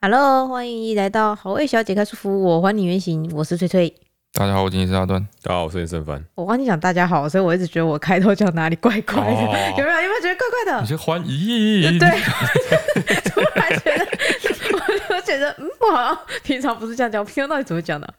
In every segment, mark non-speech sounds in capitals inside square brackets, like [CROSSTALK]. Hello，欢迎来到好味小姐开束缚，我还你原形，我是翠翠。大家好，我今天是阿段。 [LAUGHS] 大家好，我是林胜凡。我忘记讲大家好，所以我一直觉得我开头讲哪里怪怪的，哦 [LAUGHS] 有没有？有没有觉得怪怪的你？是欢迎？对， [LAUGHS] 突然觉得，我就觉得，嗯，我好像平常不是这样讲，我平常到底怎么讲的？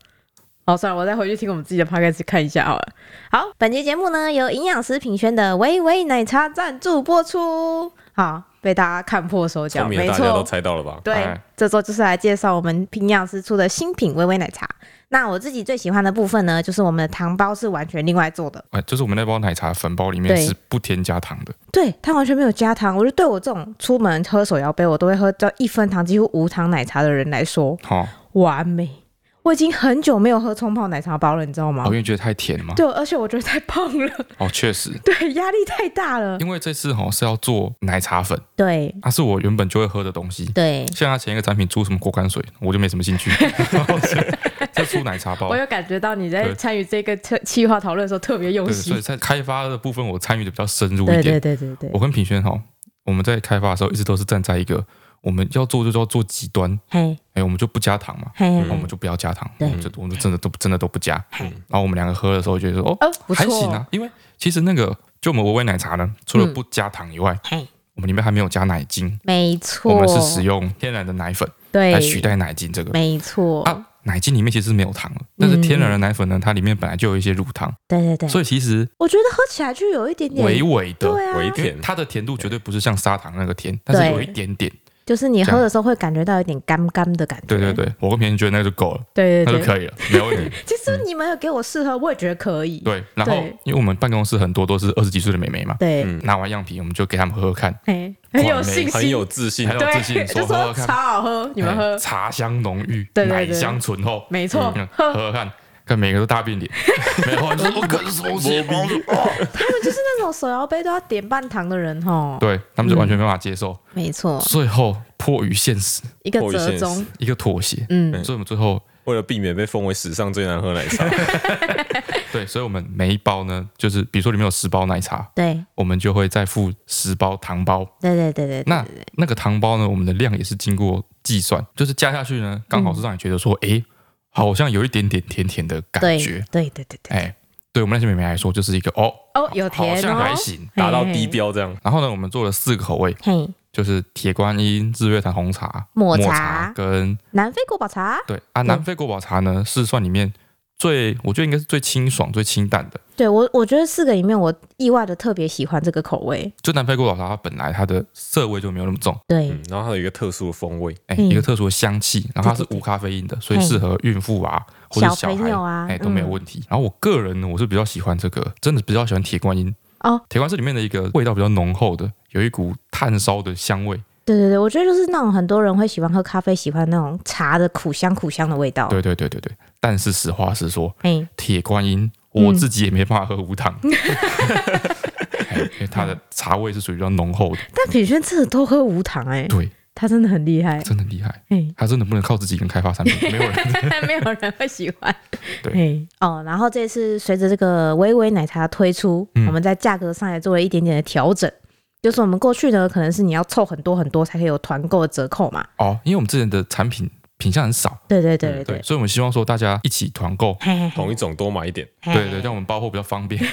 好，算了，我再回去听我们自己的 podcast 看一下好了。好，本期节目呢由营养师品轩的维维奶茶赞助播出。好，被大家看破手脚，聪明的没大家都错，猜到了吧？对哎，这周就是来介绍我们营养师出的新品微微奶茶。那我自己最喜欢的部分呢，就是我们的糖包是完全另外做的，哎，就是我们那包奶茶粉包里面对是不添加糖的，对，它完全没有加糖。我就对我这种出门喝手摇杯，我都会喝到一分糖几乎无糖奶茶的人来说，好、完美。我已经很久没有喝冲泡奶茶包了，你知道吗哦，因？为觉得太甜了嘛。对，而且我觉得太胖了， [LAUGHS] 哦，确实，对，压力太大了。因为这次哈、是要做奶茶粉，对那、是我原本就会喝的东西。对，像它前一个产品出什么果干水，我就没什么兴趣。 [LAUGHS] 这出奶茶包我，有感觉到你在对参与这个策企划讨论的时候特别用对，所心。以在开发的部分我参与的比较深入一对点。对对对对我，跟品轩哈、我们在开发的时候一直都是站在一个我们要做就要做极端，嘿哎，我们就不加糖嘛，嘿那我嘿们，就不要加糖，我嗯对们就我们就真的都真的都不加。嘿然后我们两个喝的时候觉得说，哦，哦，不还错，行啊，因为其实那个就我们维维奶茶呢，除了嗯不加糖以外，嘿，我们里面还没有加奶精，没错，我们是使用天然的奶粉对来取代奶精这个没错，啊。奶精里面其实是没有糖的，但是天然的奶粉呢，它里面本来就有一些乳糖，对对对，所以其实我觉得喝起来就有一点点，微微的，对微啊，因为甜它的甜度绝对不是像砂糖那个甜，但是有一点点。就是你喝的时候会感觉到有点干干的感觉。对对对，我跟别人觉得那就够了，对那对对，就可以了，没 [LAUGHS] 问题。其实你们有给我试喝，我也觉得可以。对，然后对因为我们办公室很多都是二十几岁的美眉嘛，对，嗯拿完样品我们就给他们喝喝看，哎，很有信很心，有自 [LAUGHS] 信很。有自信，对，说就喝说喝看超。好喝，你们哎喝，茶香浓郁，对对对奶香醇厚，没错嗯，喝喝。喝看，看每个都大变脸，没有，你说我可是什么东西？他们就是那种手摇杯都要点半糖的人哈。对他们就完嗯全没办法接受，没错，最后迫于现实，一个迫于折现实中，一个妥协，嗯，所以我们最后为了避免被封为史上最难喝奶茶，对，所以我们每一包呢，就是比如说里面有十包奶茶，对我们就会再附十包糖包。对对对对，对那那个糖包呢，我们的量也是经过计算，就是加下去呢，嗯刚好是让你觉得说，诶，好像有一点点甜甜的感觉，对对对对，哎。对我们那些美眉来说，就是一个哦，哦，有甜好像哦还，行，达到低标这样。然后呢，我们做了四个口味，嘿，嘿，就是铁观音、日月潭红茶、抹茶嗯跟南非国宝茶，对啊，南非国宝茶呢是算里面最，我觉得应该是最清爽、最清淡的。对我我觉得四个里面，我意外的特别喜欢这个口味，就南非国宝茶，它本来它的涩味就没有那么重，对，嗯，然后它有一个特殊的风味，哎、嗯一个特殊的香气，然后它是对对对嗯无咖啡因的，所以适合孕妇啊或者小小朋孩友啊哎、都没有问题。然后我个人呢，我是比较喜欢这个，真的比较喜欢铁观音哦，铁观音是里面的一个味道比较浓厚的，有一股炭烧的香味。对对对，我觉得就是那种很多人会喜欢喝咖啡，喜欢那种茶的苦香苦香的味道。，对对对对对，但是实话实说，哎，铁观音，嗯我自己也没办法喝无糖， [LAUGHS] 哎因为它的茶味是属于比较浓厚的。 [LAUGHS] 但品轩真的都喝无糖哎、对，他真的很厉害，真的厉害，哎，它真的不能靠自己一个人开发产品，没有人。 [LAUGHS] 没有人会喜欢。对嘿，哦，然后这次随着这个微微奶茶的推出，嗯我们在价格上也做了一点点的调整。就是我们过去呢，可能是你要凑很多很多才可以有团购的折扣嘛。哦，因为我们之前的产品品相很少，对对对对嗯对，对，所以我们希望说大家一起团购。嘿嘿嘿同一种多买一点。嘿对对，让我们包货比较 [LAUGHS] 方便，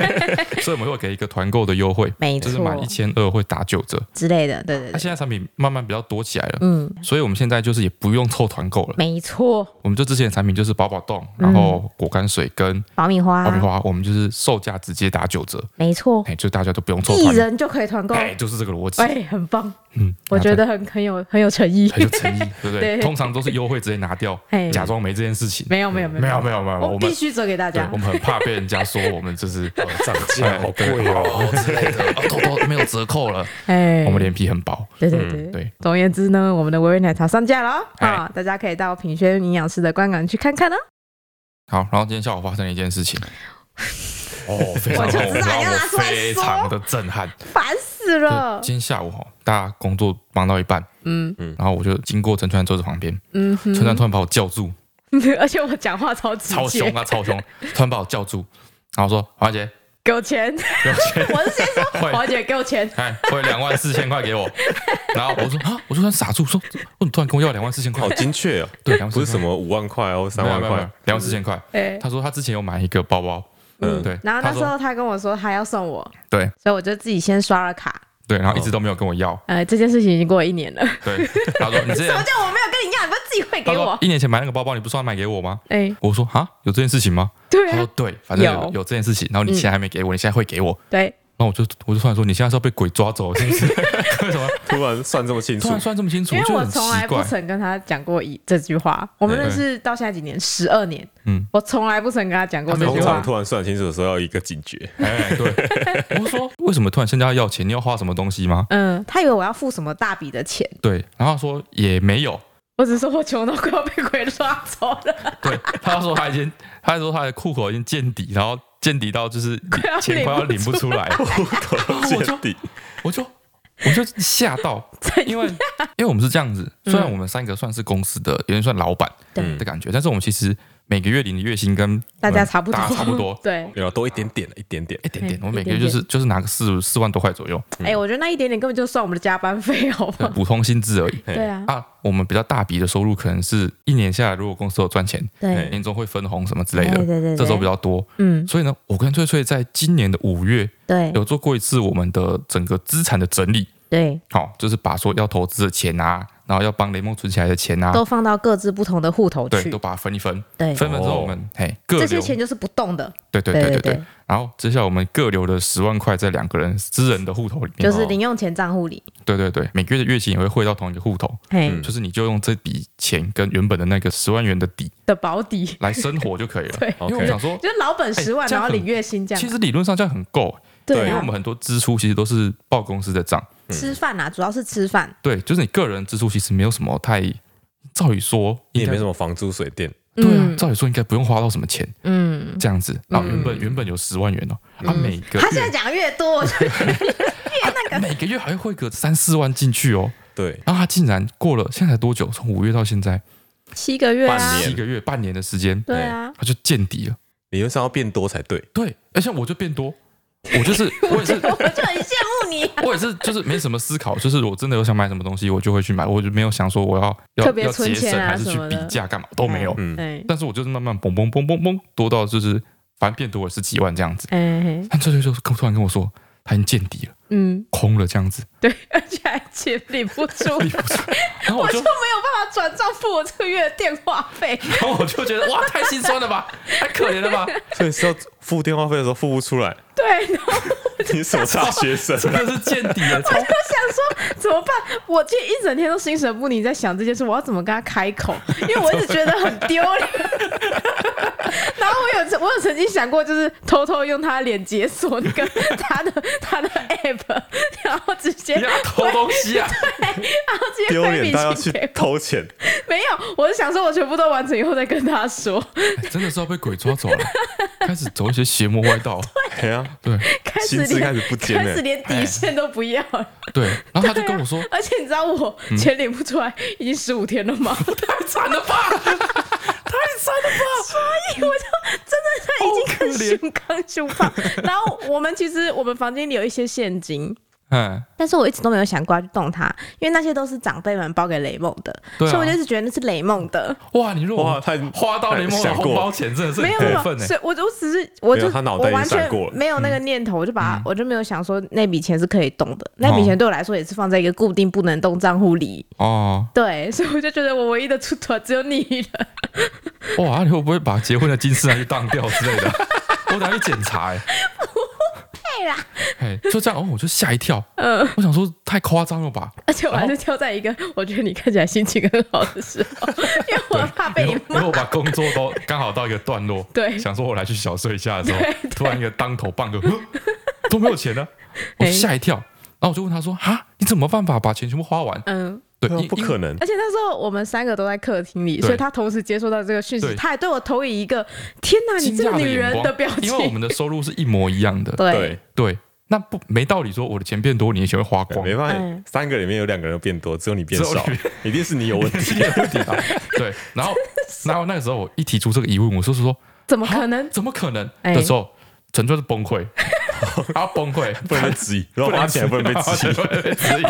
[LAUGHS] 所以我们会给一个团购的优惠，没就是满错一千二会打九折。之类的，对对那对，现在产品慢慢比较多起来了，嗯，所以我们现在就是也不用凑团购了，没错，我们就之前的产品就是宝宝冻，嗯然后果干水跟爆米花，爆米花，我们就是售价直接打九折，没错，哎，就大家都不用凑哦一团，人就可以团购，哎，就是这个逻辑，哎，很棒，嗯，我觉得很很有很有诚意。很有诚意，对不对对？通常都是优惠直接拿掉嘿，假装没这件事情， [LAUGHS] 没有没有没有没有没有没有，我我必们须折给大对家，我。们很怕被人家说我 [LAUGHS] 们就是哦涨哎 [LAUGHS] 价好贵 [LAUGHS] 哦！对之类的，啊都都没有折扣了，哎，我们脸皮很薄，对对对对。总而言之呢，我们的维维奶茶上架了哦哎啊，大家可以到品轩营养师的官网去看看哦。好，然后今天下午发生了一 [LAUGHS] 件事情，哦，非常我就让知道你要拿出我来非说常的震撼。烦死了就，今天下午哈，大家工作忙到一半，嗯然后我就经过陈川桌子旁边，嗯哼，陈川突然把我叫住， [LAUGHS] 而且我讲话超直超凶接，啊，超凶！突然把我叫住，然后说：“华姐，给我钱，给我钱， [LAUGHS] 我是先说 [LAUGHS] 会华姐给我钱，哎，汇两万四千块给我。然后我说啊，我就很傻住，说，我突然跟我要两万四千块好，精确哦， [LAUGHS] 对，两万不是四千什块么五万块哦，三万没有没有没有块，两万四千块。哎、他说他之前有买一个包包，嗯，对，然后那他时说候他跟我说他要送我，对所以我就自己先刷了卡。对，然后哦一直都没有跟我要，呃，这件事情已经过了一年了，对，[LAUGHS] 他说你之什么前叫我没有跟你要？你不是自己会他给说我？一年前买那个包包，你不是说要买给我吗？哎、我说啊，有这件事情吗？对他说啊，对，反正有有有这件事情，然后你现在还没给我，你现在会给我，对，然后我就我就突然说，你现在是要被鬼抓走是 [LAUGHS] 不是？为什么突然算这么清楚突，然算这么清楚？因为就我很奇从来不怪。曾跟他讲过一这句话。我们对认识到现在几年，十二年，嗯，我从来不曾跟他讲过这通句话常。突然算清楚的时候要一个警觉，[LAUGHS] 哎，对，我说为什么突然现在要要钱？你要花什么东西吗？嗯，他以为我要付什么大笔的钱，对，然后他说也没有，我只说我穷到快要被鬼抓走了， [LAUGHS] 对，他说他已经，他说他的户口已经见底，然后见底到就是快要钱快要领不出来，户头见底，我就我就吓到，因为因为我们是这样子，虽然我们三个算是公司的有点算老板嗯对的感觉，但是我们其实每个月领的月薪跟大家差不多，大家差不多 [LAUGHS] 对，有多一点点了，一点点，一点点，嗯我每个月就是就是拿个四四万多块 [LAUGHS] 左右，哎、我觉得那一点点根本就算我们的加班费，好对， [LAUGHS] 吗？普通薪资而已。对啊，啊，我们比较大笔的收入可能是一年下来，如果公司有赚钱，对哎年终会分红什么之类的，对对对对这时候比较多。嗯，所以呢，我跟翠翠在今年的五月对有做过一次我们的整个资产的整理，对，好、就是把说要投资的钱啊，然后要帮雷梦存起来的钱啊，都放到各自不同的户头对，去都，把它分一分，对，分完之后哦我们嘿各这些留，钱就是不动的，对对对对对对对，然后接下来我们各留的十万块在两个人私人的户头里面，就是哦零用钱账户里，对对对，每个月的月薪也会汇到同一个户头，嘿、嗯就是你就用这笔钱跟原本的那个十万元的底的保底，来生活就可以了。对因为我 OK 想说，就是老本十万，哎这然样后很领月薪哦这样，其实理论上这样很够，因对为我啊们，很多支出其实都是报公司的账，吃饭啊，主要是吃饭，对，就是你个人支出其实没有什么太，照理说应你也该没什么房租水电，对啊，嗯照理说应该不用花到什么钱嗯，这样子。然后原本嗯原本有十万元哦，他每个他现在月讲越多，我就觉得啊每个月还会个三四万进去哦，对，然后他竟然过了现在才多久？从五月到现在 [LAUGHS] 七个月啊半，年七个月半年的时间，对啊，他就见底了。理论上要变多才对，对，而且我就变多，我 [LAUGHS] 就是我也是我就很羡慕你， [LAUGHS] 我也是，就是没什么思考，就是我真的有想买什么东西，我就会去买，我就没有想说我要要特别要存节省钱啊还是去什么比的价干嘛都没有。嗯，哎但是我就是慢慢嘣嘣嘣嘣嘣多到就是反正变多了十几万这样子。哎，但翠翠就突然跟我说，他已经见底了，嗯，空了这样子，对，而且还钱领不出，立不住。然后我我就就，没有办法转账付我这个月的电话费。然后我就觉得哇，太心酸了吧，太可怜了吧，所以是要付电话费的时候付不出来，对，然后你什么大学生真啊？的是见底了，超我想说怎么办？我今天一整天都心神不宁，在想这件事，我要怎么跟他开口？因为我一直觉得很丢 [LAUGHS] 脸。然后我有我有曾经想过，就是偷偷用他的脸解锁那个他的他的 app，然后直接你要偷东西啊！然后直接丢汇脸到要笔去钱给偷钱，我。没有，我是想说我全部都完成以后再跟他说。哎真的是要被鬼抓走了，开始走一些邪魔歪道。对啊，对开始薪资连开始不尖开了哎哦始连底线都不要了。啊对，然后他就跟我说，而且你知道我嗯钱领不出来已经十五天了吗？太惨了吧，太惨了吧。所以我就真的是已经跟熊刚熊胖。然后我们其实我们房间里有一些现金。嗯，但是我一直都没有想过要去动它，因为那些都是长辈们包给雷梦的，对啊所以我就一直觉得那是雷梦的，哇，你如果哇他花到联盟的想过红包钱，真的是没很有没过有，分哎所。以我就只是我欸没就有他脑我袋已经完全闪过了嗯没有那个念头，我就把它我就没有想说那笔钱是可以动的，那哦笔钱对我来说也是放在一个固定不能动账户里，哦，对， [LAUGHS] 所以我就觉得我唯一的出头只有你 [LAUGHS] 了。哇，啊你会不会把结婚的金饰拿去当掉之类 [LAUGHS] 的？我等下去检查哎。对啦，哎，就这样，哦，我就吓一跳，嗯，我想说太夸张了吧？而且我还是挑在一个 [LAUGHS] 我觉得你看起来心情很好的时候， [LAUGHS] 因为我怕被因你为因骂哦为。我把工作都刚好到一个段落， [LAUGHS] 对想说我来去小睡一下的时候对，对突然一个当头棒喝，呵 [LAUGHS] 都没有钱了，[LAUGHS] 我哎就吓一跳，然后我就问他说：“哈，你怎么办法把钱全部花完嗯，？”对对啊，，因不可，能，而且那时候我们三个都在客厅里，对所以他同时接收到这个讯息，对他还对我投以一个“天哪，因你惊这讶个女眼人”光的表情。因为我们的收入是一模一样的，对对，对，那不没道理说我的钱变多，你的钱会花光，没办嗯法，三个里面有两个人变多，只有你变少只有，一定是你有问题。啊问题吧？ [LAUGHS] 对，啊 [LAUGHS] 然后然后那个时候我一提出这个疑问，我就是说 [LAUGHS] 怎么可能？怎么可能哎的时候，纯粹是崩溃，他崩溃，不能被质疑，然后花钱不能被质疑，被质疑，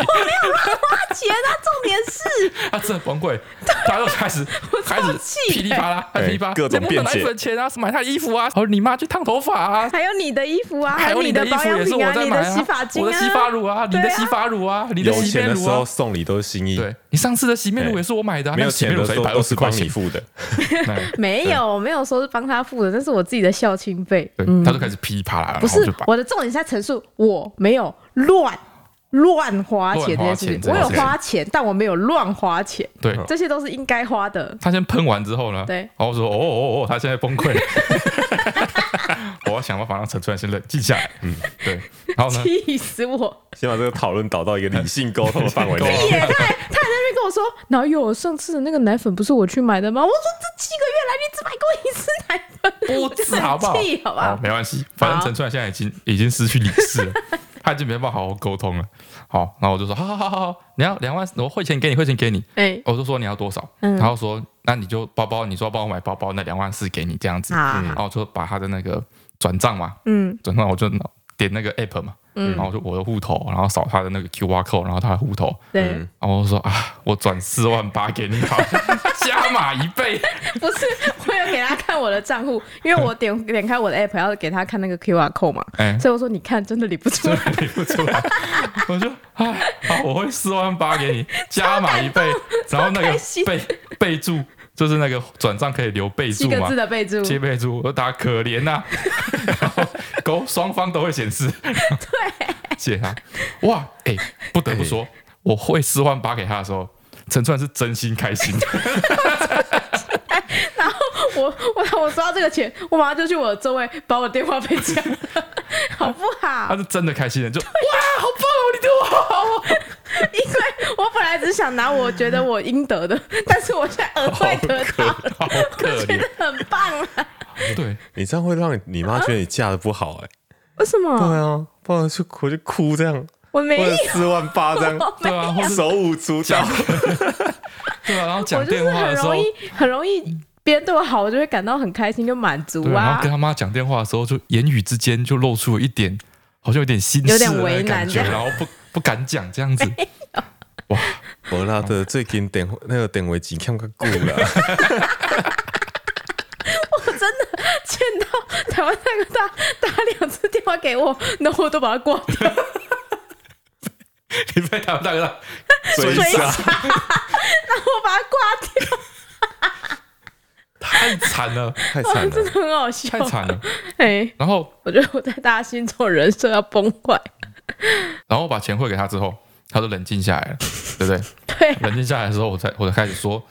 钱啊，重点是他真的崩溃，他又开始开始噼里啪啦，哎噼里啪啦，各种这不能辩解奶粉钱啊，买他的衣服啊，还有你妈去烫头发啊。还有你的衣服啊， [LAUGHS] 还有有你的衣保服养也是品我啊，在你买的啊洗发，精我啊，的洗发乳啊，你的对啊洗发乳啊，你的有洗钱面的乳时啊候，送礼都是心意，对你上次的洗面乳也是我买的、啊，没那有个洗钱面乳的才一时候百都二是十块帮你钱，付的，哎没有，我没有说是帮他付的，那是我自己的校庆费。对，他就开始噼里啪嗯啦，不然后是就把我的重点是在陈述，我没有乱乱花钱这件事情，我乱有花钱这件事情哦花钱，但我没有乱花钱，对。这些都是应该花的。他先喷完之后呢，对然后我说哦哦哦，他现在崩溃， [LAUGHS] 我要想办法让陈川先冷静下来，嗯，对，然后 [LAUGHS] 呢，气死我！先把这个讨论导到一个理性沟 [LAUGHS] 通的范围理性沟内通。也太他还在那边跟我说，哪有上次的那个奶粉不是我去买的吗？我说这七个月来你只买过一次奶粉，不止好不好我就很气？好不好好没关系，反正陈川现在已经已经失去理智了，他已经没办法好好沟通了。好，然后我就说好好好好，好你要两万，我汇钱给你，汇钱给你， [LAUGHS] 哎、我哦就说你要多少，嗯然后说那你就包包，你说帮我买包包，那两万四给你这样子，好然后就把他的那个转账嘛，嗯转账我就点那个 app 嘛，嗯然后就我的户头，然后扫他的那个 QR code，然后他的户头，对，嗯然后我就说啊，我转四万八给你好， [LAUGHS] 加码一 [LAUGHS] 倍，不是 [LAUGHS] 我有给他看我的账户，因 [LAUGHS] 为我点点开我的 app 要给他看那个 QR code 嘛，哎、所以我说你看真的理不 [LAUGHS] 出 [LAUGHS] 来。理不出来，我就啊，好，我会四万八给你，加码一倍，然后那超个开心备备注就是那个转账可以留备七注个嘛字，的备注，接备注，我打可怜呐、然后勾双方都会显示，对， [LAUGHS] 谢谢他，哇，哎、不得不说，我会四万八给他的时候，陈川是真心开心，然后我 [LAUGHS] 我我收到这个钱，我马上就去我的座位把我电话被抢， [LAUGHS] 好不好他？是真的开心的，就哇，好棒哦，你对我好好哦，因为我本来只想拿我觉得我应得的，但是我现在额外得到了，好觉可怜得，很棒啊！对，你这样会让你妈觉得你嫁的不好哎、为什么？对啊，不然就我就哭这样，我嗯没或有者，四万八这样，对啊，或者手舞足蹈讲。对啊，然后我讲就是电话很的时候容易，很容易别人对我好，我就会感到很开心，就满足对，然啊后跟。他妈讲电话的时候，就言语之间就露出了一点，好像有点心有事点的为那个难感觉，这样然后不不敢讲这样子，哇，我拉的最近点那个点位机看看过了，我真的见到台湾那个大打两次电话给我，然后我都把它挂掉。你被他们大哥追杀， [LAUGHS] 然后我把它挂掉，太 [LAUGHS] 惨了，太惨真的了。很好笑太。惨了。哎，然后，我觉得我在大家心中的人设要崩坏。然后我把钱汇给他之后，他就冷静下 [LAUGHS] 来了，对不对？对啊冷静下来的时候，我才我才开始说，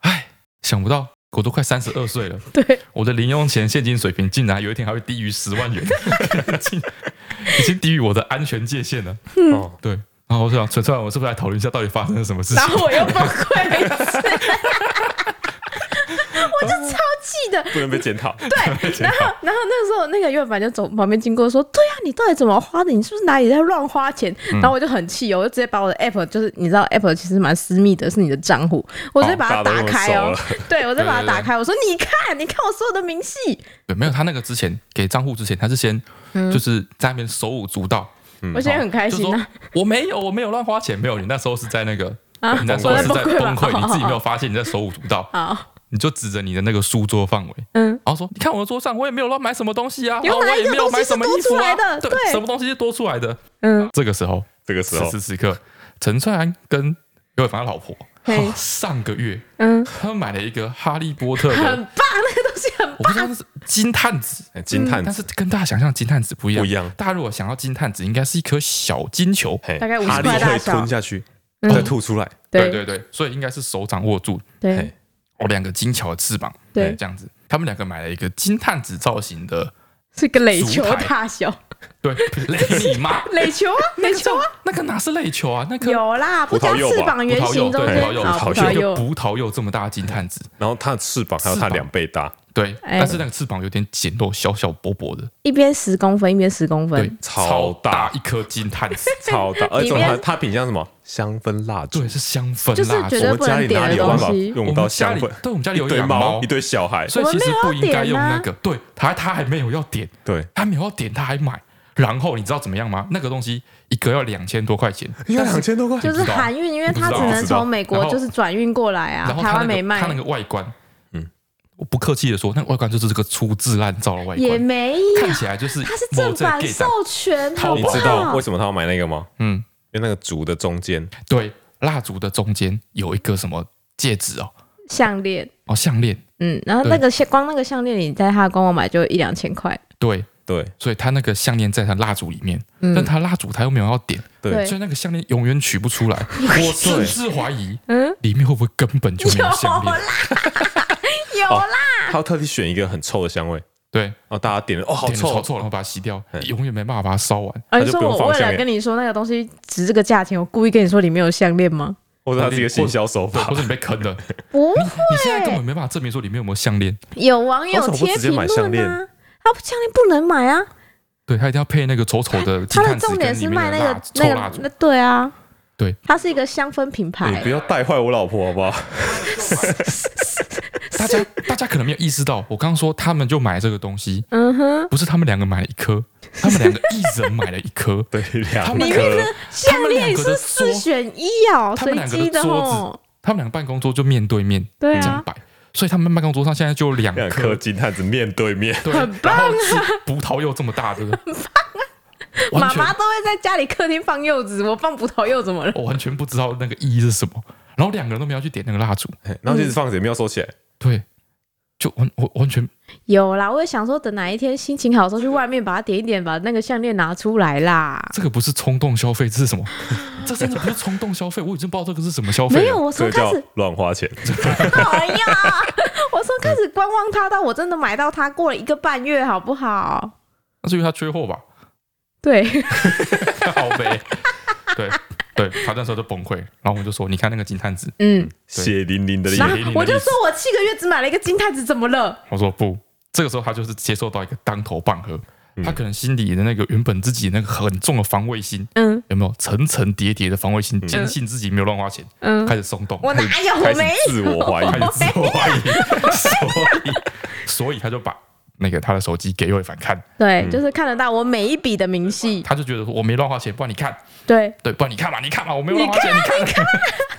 哎，想不到我都快三十二岁了，对，我的零用钱现金水平竟然有一天还会低于十 [LAUGHS] 万元，已经已经低于我的安全界限 [LAUGHS] 了。哦，对，然后我就想，纯粹我是不是来讨论一下到底发生了什么事 [LAUGHS] 然情？后我又崩溃了一次， [LAUGHS] 我就超气的。不能被检 [LAUGHS] 讨。然后，然后那时候那个月凡就从旁边经过，说：“对呀、啊你到底怎么花的？你是不是哪里在乱花钱？”然后我就很气哦，我就直接把我的 app，就是你知道 app 其实蛮私密的，是你的账户，我直接把它打开哦哦大家都那么熟。对，我直接把它对对对打开，我说：“你看，你看我所有的明细。对，没有他那个之前给账户之前，他是先就是在那边手舞足蹈，”嗯我现在很开心就啊说！我没有，我没有乱花钱，没有。你那时候是在那个，啊你那时候是在我在崩崩溃吧溃，你 [LAUGHS] 自己没有发现你在手舞足蹈，好，你就指着你的那个书桌范围，嗯，然后说：“你看我的桌上，我也没有乱买什么东西啊，有然后哪我一也个没有买什么衣服东西是多出来啊，的对什么东西是多出来的。”嗯，这个时候，这个时此候时此刻，陈川跟刘伟凡的老婆哦嘿，上个月嗯，他买了一个哈利波特很 [LAUGHS] 的，棒，那个东西很我不知道那是金探子，哎金探嗯但是跟大家想象的金探子不一样，不一样大家如果想要金探子，应该是一颗小金球，嘿大概50哈利块大会小吞下去，嗯再吐出来。对对对对，所以应该是手掌握住，对嘿哦，两个金巧的翅膀，对哎这样子，他们两个买了一个金探子造型的，是个垒球足牌大小，对， [LAUGHS] 雷你妈，垒球啊，垒球啊，那个哪是垒球啊，那个有啦，不葡加萄柚吧翅膀葡圆萄形柚，中对，间啊葡萄柚，好葡就萄一个柚，葡萄柚这么大的金探子，然后它的翅膀还有翅它膀两倍大，对，哎但是那个翅膀有点简陋，小小薄薄的，一边十公分，一边十公对分，，超大大一颗金碳 [LAUGHS] 丝，超大，而且里面它它品相什么香氛蜡烛对，，是香氛就是蜡烛绝。对我们不家能里哪点里的有东办法西。用到香我们氛家里？对我们家里有一堆养猫猫，一堆小孩，所以其实不应该啊用那个，对他他还没有要点，对，他没有要点，他还买。然后你知道怎么样吗？那个东西一个要两千多块钱，啊应该但是两千多块，就是韩运，因为它只能从美国就是转运过来啊然，后台它那湾个没卖它，那个外观，嗯嗯，我不客气的说，那个外观就是这个粗制滥造的外也观，没看有，啊起来就是它是某正这个版 gay 授档，权，淘宝好你不知道好为？什么他要买那个吗？嗯，因为那个竹的中间，对，蜡烛的中间有一个什么戒指哦，项链，哦项链，嗯，然后那个项光那个项链，你在它的官网买就一两千块，对，对所以它那个项链在它蜡烛里面，但嗯它蜡烛它又没有要点，对对，所以那个项链永远取不出来。我甚至怀疑嗯，里面会不会根本就没有有项啦链？，有啦，他要特地选一个很臭的香味，对，然后大家点了，哦，好点了臭超，臭，然后把它洗掉嘿，永远没办法把它烧完。啊它你就说不用我放为项了链跟你说那个东西值这个价钱，我故意跟你说里面有项链吗？或者他是一个行销手对，法或，者你被坑了，你不你现在根本没办法证明说里面有没有项链，有网为友什么不贴直接评买项论链啊，他项链不能买啊，对，它一定要配那个丑丑的金哎它的碳纸重点跟里是面卖的那蜡个烛臭那蜡个烛那。对啊，对，它是一个香氛品你牌不，要带坏我老婆好不好？，大家大家可能没有意识到，我刚刚说他们就买这个东西，嗯哼，不是他们两个买了一颗，他们两个一人买了一颗 [LAUGHS] 对，两们颗，项链是四选一哦，他随们两个机的桌哦子，，他们两个办公桌就面对面对这样啊，摆，所以他们办公桌上现在就有两两颗颗，金探子面对面，对，很啊然后是葡萄柚这么 [LAUGHS] 大，对不对？完妈全妈都会在家里客厅放柚子，我放葡萄柚 [LAUGHS] 怎么了？我完全不知道那个意义是什么，然后两个人都没有去点那个蜡烛， [LAUGHS] 嘿然后就一直放着，也没有收起来，对，就完我完全有啦，我也想说，等哪一天心情好的时候去外面把它点一点，把那个项链拿出来啦。这个不是冲动消费，这是什么？ [LAUGHS] 这真的不是冲动消费，我已经不知道这个是什么消费了。没有，我这从个开叫始，乱花钱， [LAUGHS] 哎呀，我从开始观望它到我真的买到它，过了一个半月，好不好？那是因为他缺货吧？对，好呗， [LAUGHS] 对对，他那时候就崩溃，然后我们就说，你看那个金探子，嗯，血淋淋的一然个后我就说我七个月只买了一个金太子，怎么了？我说不，这个时候他就是接受到一个当头棒喝，他可能心里的那个原本自己那个很重的防卫心。嗯有没有层层叠叠的防卫心，坚信自己没有乱花钱，嗯，开始松动，我哪有？我开没始自我怀疑开，始自我怀疑，所以所以 [LAUGHS] 他就把那个他的手机给瑞凡看，对，嗯就是看得到我每一笔的明细。他就觉得说我没乱花钱，不然你看，对，对，不然你看嘛，你看嘛，我没有乱花钱，你看，你看，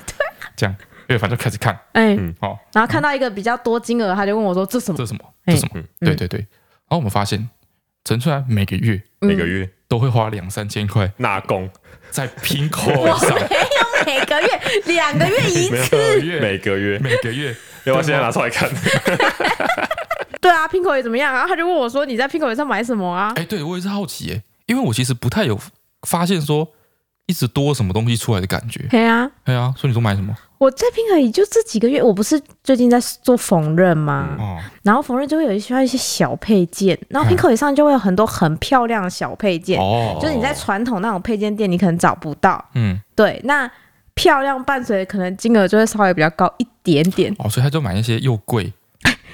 [LAUGHS] 这样瑞凡就开始看，哎，嗯哦，然后看到一个比较多金额，他就问我说：“这什么这是什么？这哎是什么？嗯对对对。然后我们发现，陈川每个月？”每个嗯月都会花两三千块纳工，在拼 [LAUGHS] 扣上，没有每个月，两个月一每次。个月每个月，每个月要不要现在拿出来看？对啊，Pinko 也怎么样啊？然后他就问我说：“你在 Pinko 上买什么啊哎、对我也是好奇耶、因为我其实不太有发现说一直多什么东西出来的感觉？”。对啊，哎呀、所以你说买什么？我在 Pinko 也就这几个月，我不是最近在做缝纫吗？嗯哦，然后缝纫就会有一需要一些小配件，然后嗯 Pinko 上就会有很多很漂亮的小配件，哦就是你在传统那种配件店你可能找不到。嗯，对，那漂亮伴随可能金额就会稍微比较高一点 [LAUGHS] 点。哦，所以他就买一些又 [LAUGHS] 贵，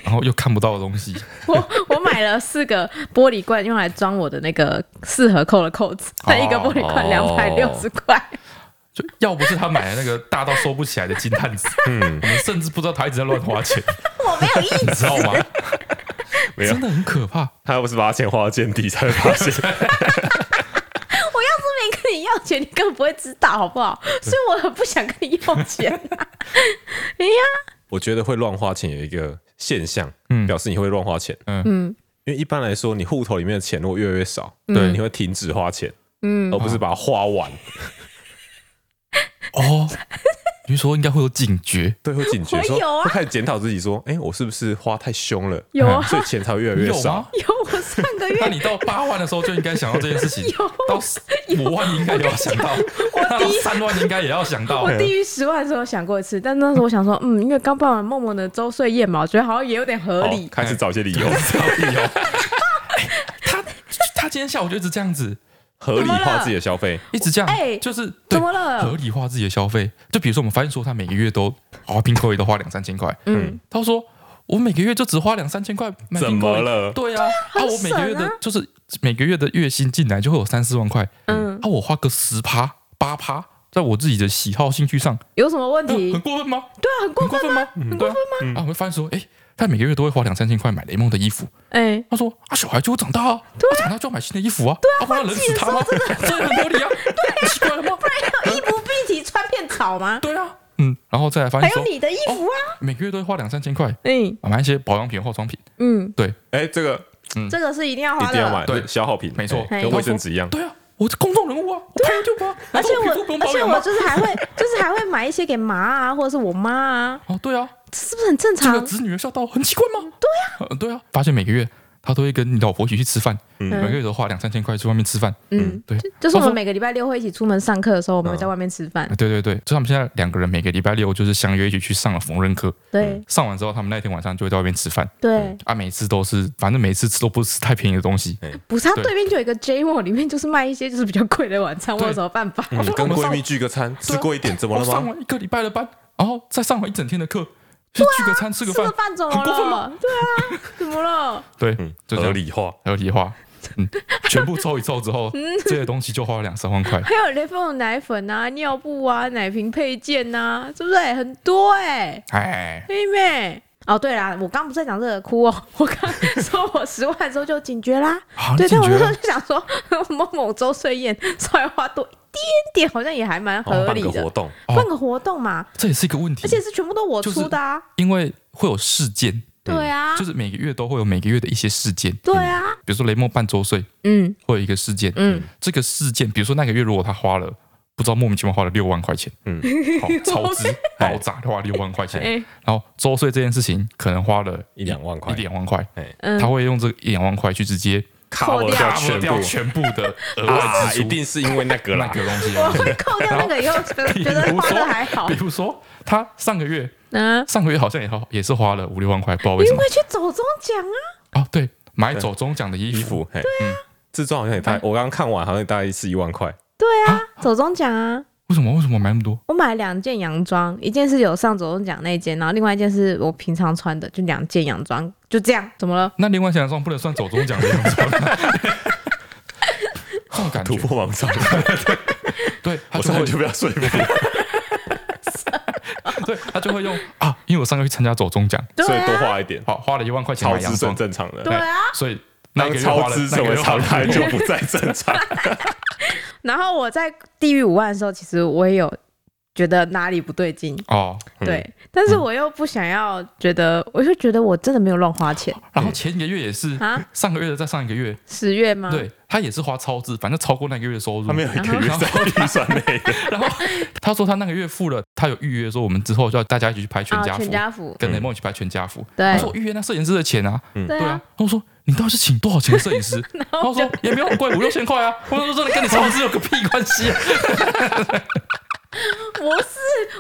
然后又看不到的东西。我我买了四个玻璃罐，用来装我的那个四合扣的扣子，那一个玻璃罐两百六十块。就要不是他买了那个大到收不起来的金探子， [LAUGHS] 嗯我，们甚至不知道他一直在乱花钱， [LAUGHS] 我没有意你知道吗？ [LAUGHS] 没有真，的很可怕。他又不是把钱花到见底才会发现，没跟你要钱，你根本不会知道，好不好？所以我很不想跟你要钱、我觉得会乱花钱有一个现象，嗯表示你会乱花钱。嗯因为一般来说，你户头里面的钱如果越来越少，对你会停止花钱，嗯，而不是把它花完。哦，你是说应该会有警觉，对，会警觉，我说有啊会开始检讨自己，说，哎，我是不是花太凶了？有啊 [LAUGHS] 所以钱才会越来你越有吗少。？ [LAUGHS] 有我上个月那你到八万的时候就应该想到这件事情 [LAUGHS] 有，到五万应该也要想到，到三万应该也要想到我。低于十万的时候想过一次，但那时候我想说，嗯，因为刚办完梦梦的周岁宴嘛，我觉得好像也有点合哦理。哎开始找一些理由有，有。哦 [LAUGHS] 哎他他今天下午就一直这样子， [LAUGHS] 合理怎么化了自己的消费。一直这哎样，就是对怎么了合理化自己的消费。就比如说，我们发现说他每个月都花拼扣也都花两三千块，嗯他说我每个月就只花两三千块买怎订购么饮了？对啊，啊，很我每个省月的啊就是每个月的月薪进来就会有三四万块，嗯，啊，我花个十趴八趴，在我自己的喜好兴趣上，有什么问 [LAUGHS] 呃题？很过分吗？对啊，很嗯过很分分吗？吗？很过分吗？嗯啊，我会发现说，哎，他每个月都会花两三千块买雷梦的衣服。哎，他说啊，小孩就会长大啊，他长大就要买新的衣服啊，对啊，不然冷死他吗？ [LAUGHS] 这很合理啊，对，奇怪了吗？要衣不蔽体穿片草吗？对啊，嗯，哎然后再来发还现有说，你的衣服啊，每个月都会花两三千块嗯买一些保养品、化妆品，嗯，对，哎，这个嗯这个是一定要一花定要买，的。对对，消耗品，没错嘿哎跟卫生纸一样。对啊，我是公众人物啊，我拍 YouTube 啊，而难道且我皮肤不用我，而保且养啊我吗？就是还会， [LAUGHS] 就是还会买一些给妈啊，或者是我妈啊，哦，对啊，这是不是很正这个常？子女的孝道很奇怪吗？对啊，对啊，发现每个月他都会跟你老婆一起去吃饭，嗯每个月都花两三千块去外面吃饭，嗯，对，就是我他们说呃每个礼拜六会一起出门上课的时候，我们会在外面吃饭。对对对，所以他们现在两个人每个礼拜六就是相约一起去上了缝纫课，对上完之后他们那天晚上就会在外面吃饭，对，啊，每次都是，反正每次吃都不是吃太便宜的东西，不是，它对对面就有一个 J m o 里面就是卖一些就是比较贵的晚餐，我对有什么办法？嗯，跟我上闺蜜聚个餐，吃贵一点怎么我了哦上吗？完一个礼拜的班，然后再上完一整天的课，去聚个餐吃个吃饭了，饭怎么很过分了？对啊，怎么 [LAUGHS] 了？对嗯，，就这合样理化。合理化，嗯，全部凑一凑之 [LAUGHS] 嗯后，这些东西就花了两三万块。还有雷锋奶粉啊、尿布啊、奶瓶配件呐、啊，是不是很多哎、 [LAUGHS] 哎，妹妹。哦，对啦，我刚不是在讲这个哭哦，我 [LAUGHS] 刚说我十万的时候就警觉啦。好，对，啊但你警我那觉时候了，就想说，某某周岁宴稍微花多一点点，好像也还蛮合办理个的活，动，哦办个活动嘛，这也是一个问题而，且是全部都我就是出的啊。因为会有事件，对啊，就是每个月都会有每个月的一些事件，对啊，比如说雷梦办周岁嗯会有一个事件，嗯，这个事件，比如说那个月如果他花了。不知道莫名其妙花了六万块钱，嗯嗯，好超 [LAUGHS] 支爆炸花了六万块钱，哎然后周岁这件事情可能花了一两万块一两万块，哎，他嗯，会用这一两万块去直接扣 cover 掉掉 cover 全掉部全部的额外啊，支出，一定是因为那个那啦，个东西。我会扣掉那个以后，觉 [LAUGHS] 得 [LAUGHS] 觉得花的还好比。如说，他上个月嗯，上个月好像也好也是花了五六万块，不知道为什因么为去走中奖啊，啊。对，买走中奖的衣衣服服，哎嘿，自装好像也哎大，我刚刚看完好像大概是一万块，对啊，走中奖啊。为什么为什么买那么多？我买了两件洋装，一件是有上左中奖那件，然后另外一件是我平常穿的，就两件洋装，就这样。怎么了？那另外想装不能算走中奖的洋装 [LAUGHS] 吗，这种感突觉破 [LAUGHS] 王上，对，他我就上会来就不要说服你，对他就会用啊，因为我上个月参加走中奖，对所以多啊，花一点，好花了一万块钱超买洋支是装，很正常的。对啊。所以那当个月花超了支那成个为月花常了态就不再正常。然后我在地狱五万的时候，其实我也有觉得哪里不对劲，哦，嗯对，但是我又不想要觉得，我就觉得我真的没有乱花钱然后前一个月也是啊。嗯上个月的再上一个月，十月吗？对他也是花超支，反正超过 [LAUGHS] 那个月的收入。他没有一 [LAUGHS] 个月在预算内的，然后他说他那个月付了，他有预约说我们之后就要大家一起去拍全啊，家福，全家福，嗯跟雷梦一起拍全家福。对他说我预约那摄影师的钱啊，对对啊啊，。然后我说你到底是请多少钱的摄影 [LAUGHS] 师？然后说也没有很贵，五六千块啊。我说真的跟你超支有个屁关系啊！ [LAUGHS] 我是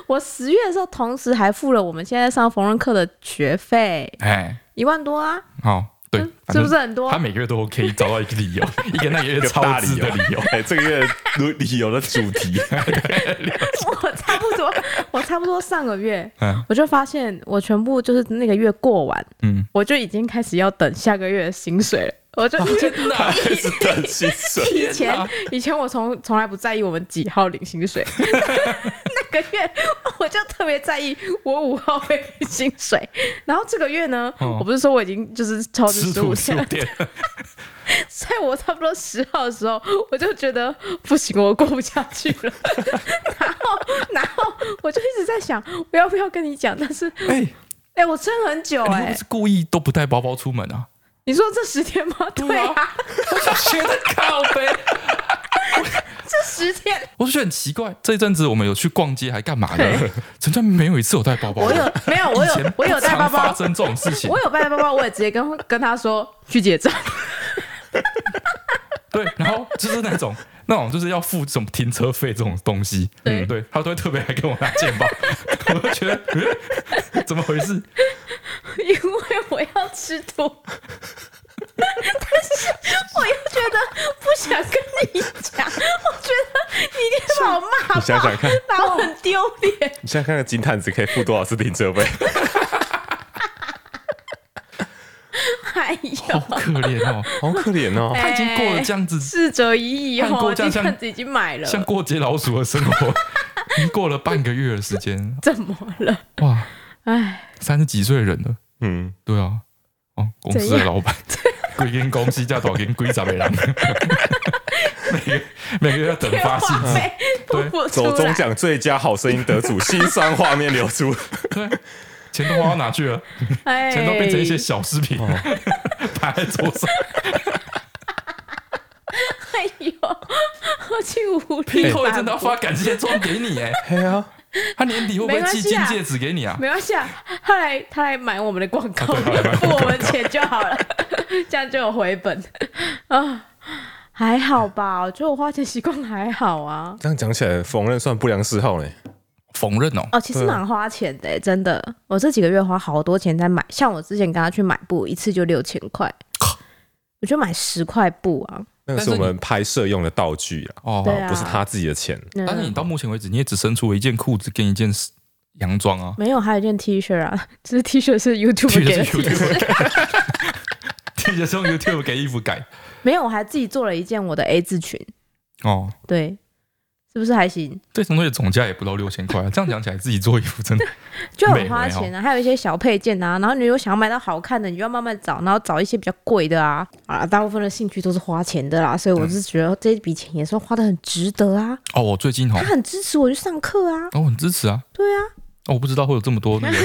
我十月的时候，同时还付了我们现在上缝纫课的学费哎，一万多啊，好，对嗯，是反正不是很多他？每个月都可以找到一个理由，一个那个月有超大支理的由理由。。哎，这个月理理由的主 [LAUGHS] 题， [LAUGHS] 我差不多，我差不多上个月， [LAUGHS] 嗯我就发现我全部就是那个月过完，嗯，我就已经开始要等下个月的薪水了。我就真的啊还是等薪水。以前哪以前我从从来不在意我们几号领薪水， [LAUGHS] 那个月我就特别在意我五号会领薪水，然后这个月呢，哦我不是说我已经就是超支吃十土五书天了，店，在我差不多十号的时候，我就觉得不行，我过不下去了。 [LAUGHS] 然后，然后我就一直在想，我要不要跟你讲？但是，哎、 [LAUGHS] 哎，我撑很久你哎、会不是故意都不带包包出门啊？你说这十天吗？对啊啊，我就觉得靠背。 [LAUGHS] 这十天我就觉得很奇怪，这一阵子我们有去逛街还干嘛 [LAUGHS] 的？陈川没有一次有带包包我的，有没有？我以有前我有带包不常发包，生这种事情我。有带包包，我也直接跟跟他说去结账。 [LAUGHS] [LAUGHS] 对，然后就是那种那种就是要付什么停车费这种东西，对嗯对，他都会特别来跟我拿钱包， [LAUGHS] 我就觉得嗯怎么回事？因为我要吃土，但是我又觉得不想跟你讲，我觉得你一定把我骂爆，你想想看把我很丢脸。你现在看看金探子可以付多少次停车费？哪好有？可怜 [LAUGHS] 哦，好可怜哦。哎他已经过了这样子，逝者已矣看哦，过这样你像看自己已经买了，像过街老鼠的生活，已经过了半个月的时间，怎么了？哇，哎，三十几岁的人了，嗯，对啊，哦，公司的老板，规间公司加大间规十个人， [LAUGHS] 每个每个月要等电发薪话资，费吐不出走中来，奖最佳好声音得主，心酸画面流出。对，钱都花到哪去了？哎，钱都变成一些小饰品， [LAUGHS] 摆在桌 [LAUGHS] 上，哎呦，好去无力以吧后真的要发感谢状给 [LAUGHS] 你哎，嘿啊，他年底会不没会关寄系金啊戒指给你啊？没关系啊，他来他来买我们的广 [LAUGHS] 告，啊对他来买付我们钱就好了，这样就有回本啊。还好吧，我觉得我花钱习惯还好啊。这样讲起来，缝纫算不良嗜好嘞。否认哦，哦，其实蛮花钱的、真的。我这几个月花好多钱在买，像我之前跟他去买布，一次就六千块，我就买十块布啊。那个是我们拍摄用的道具啊，哦，对啊，不是他自己的钱。嗯但是你到目前为止，你也只生出了一件裤子跟一件洋 [LAUGHS] 装啊，没有，还有一件 T 恤啊， [LAUGHS] 这是 T 恤是 YouTube 去给的的是 YouTube 改， [LAUGHS] 去的是用 YouTube 给衣服改没有，我还自己做了一件我的 A 字裙，哦。对，是不是还行？这种东西总价也不到六千块啊，这样讲起来，自己做衣服 [LAUGHS] 真的就很花钱啊，还有一些小配件啊，然后你如果想要买到好看的，你就要慢慢找，然后找一些比较贵的啊。啊，大部分的兴趣都是花钱的啦，所以我是觉得这一笔钱也算花的很值得啊。哦。我最近哦他，很支持我去上课啊，哦，很支持啊，对啊，哦，我不知道会有这么多那个。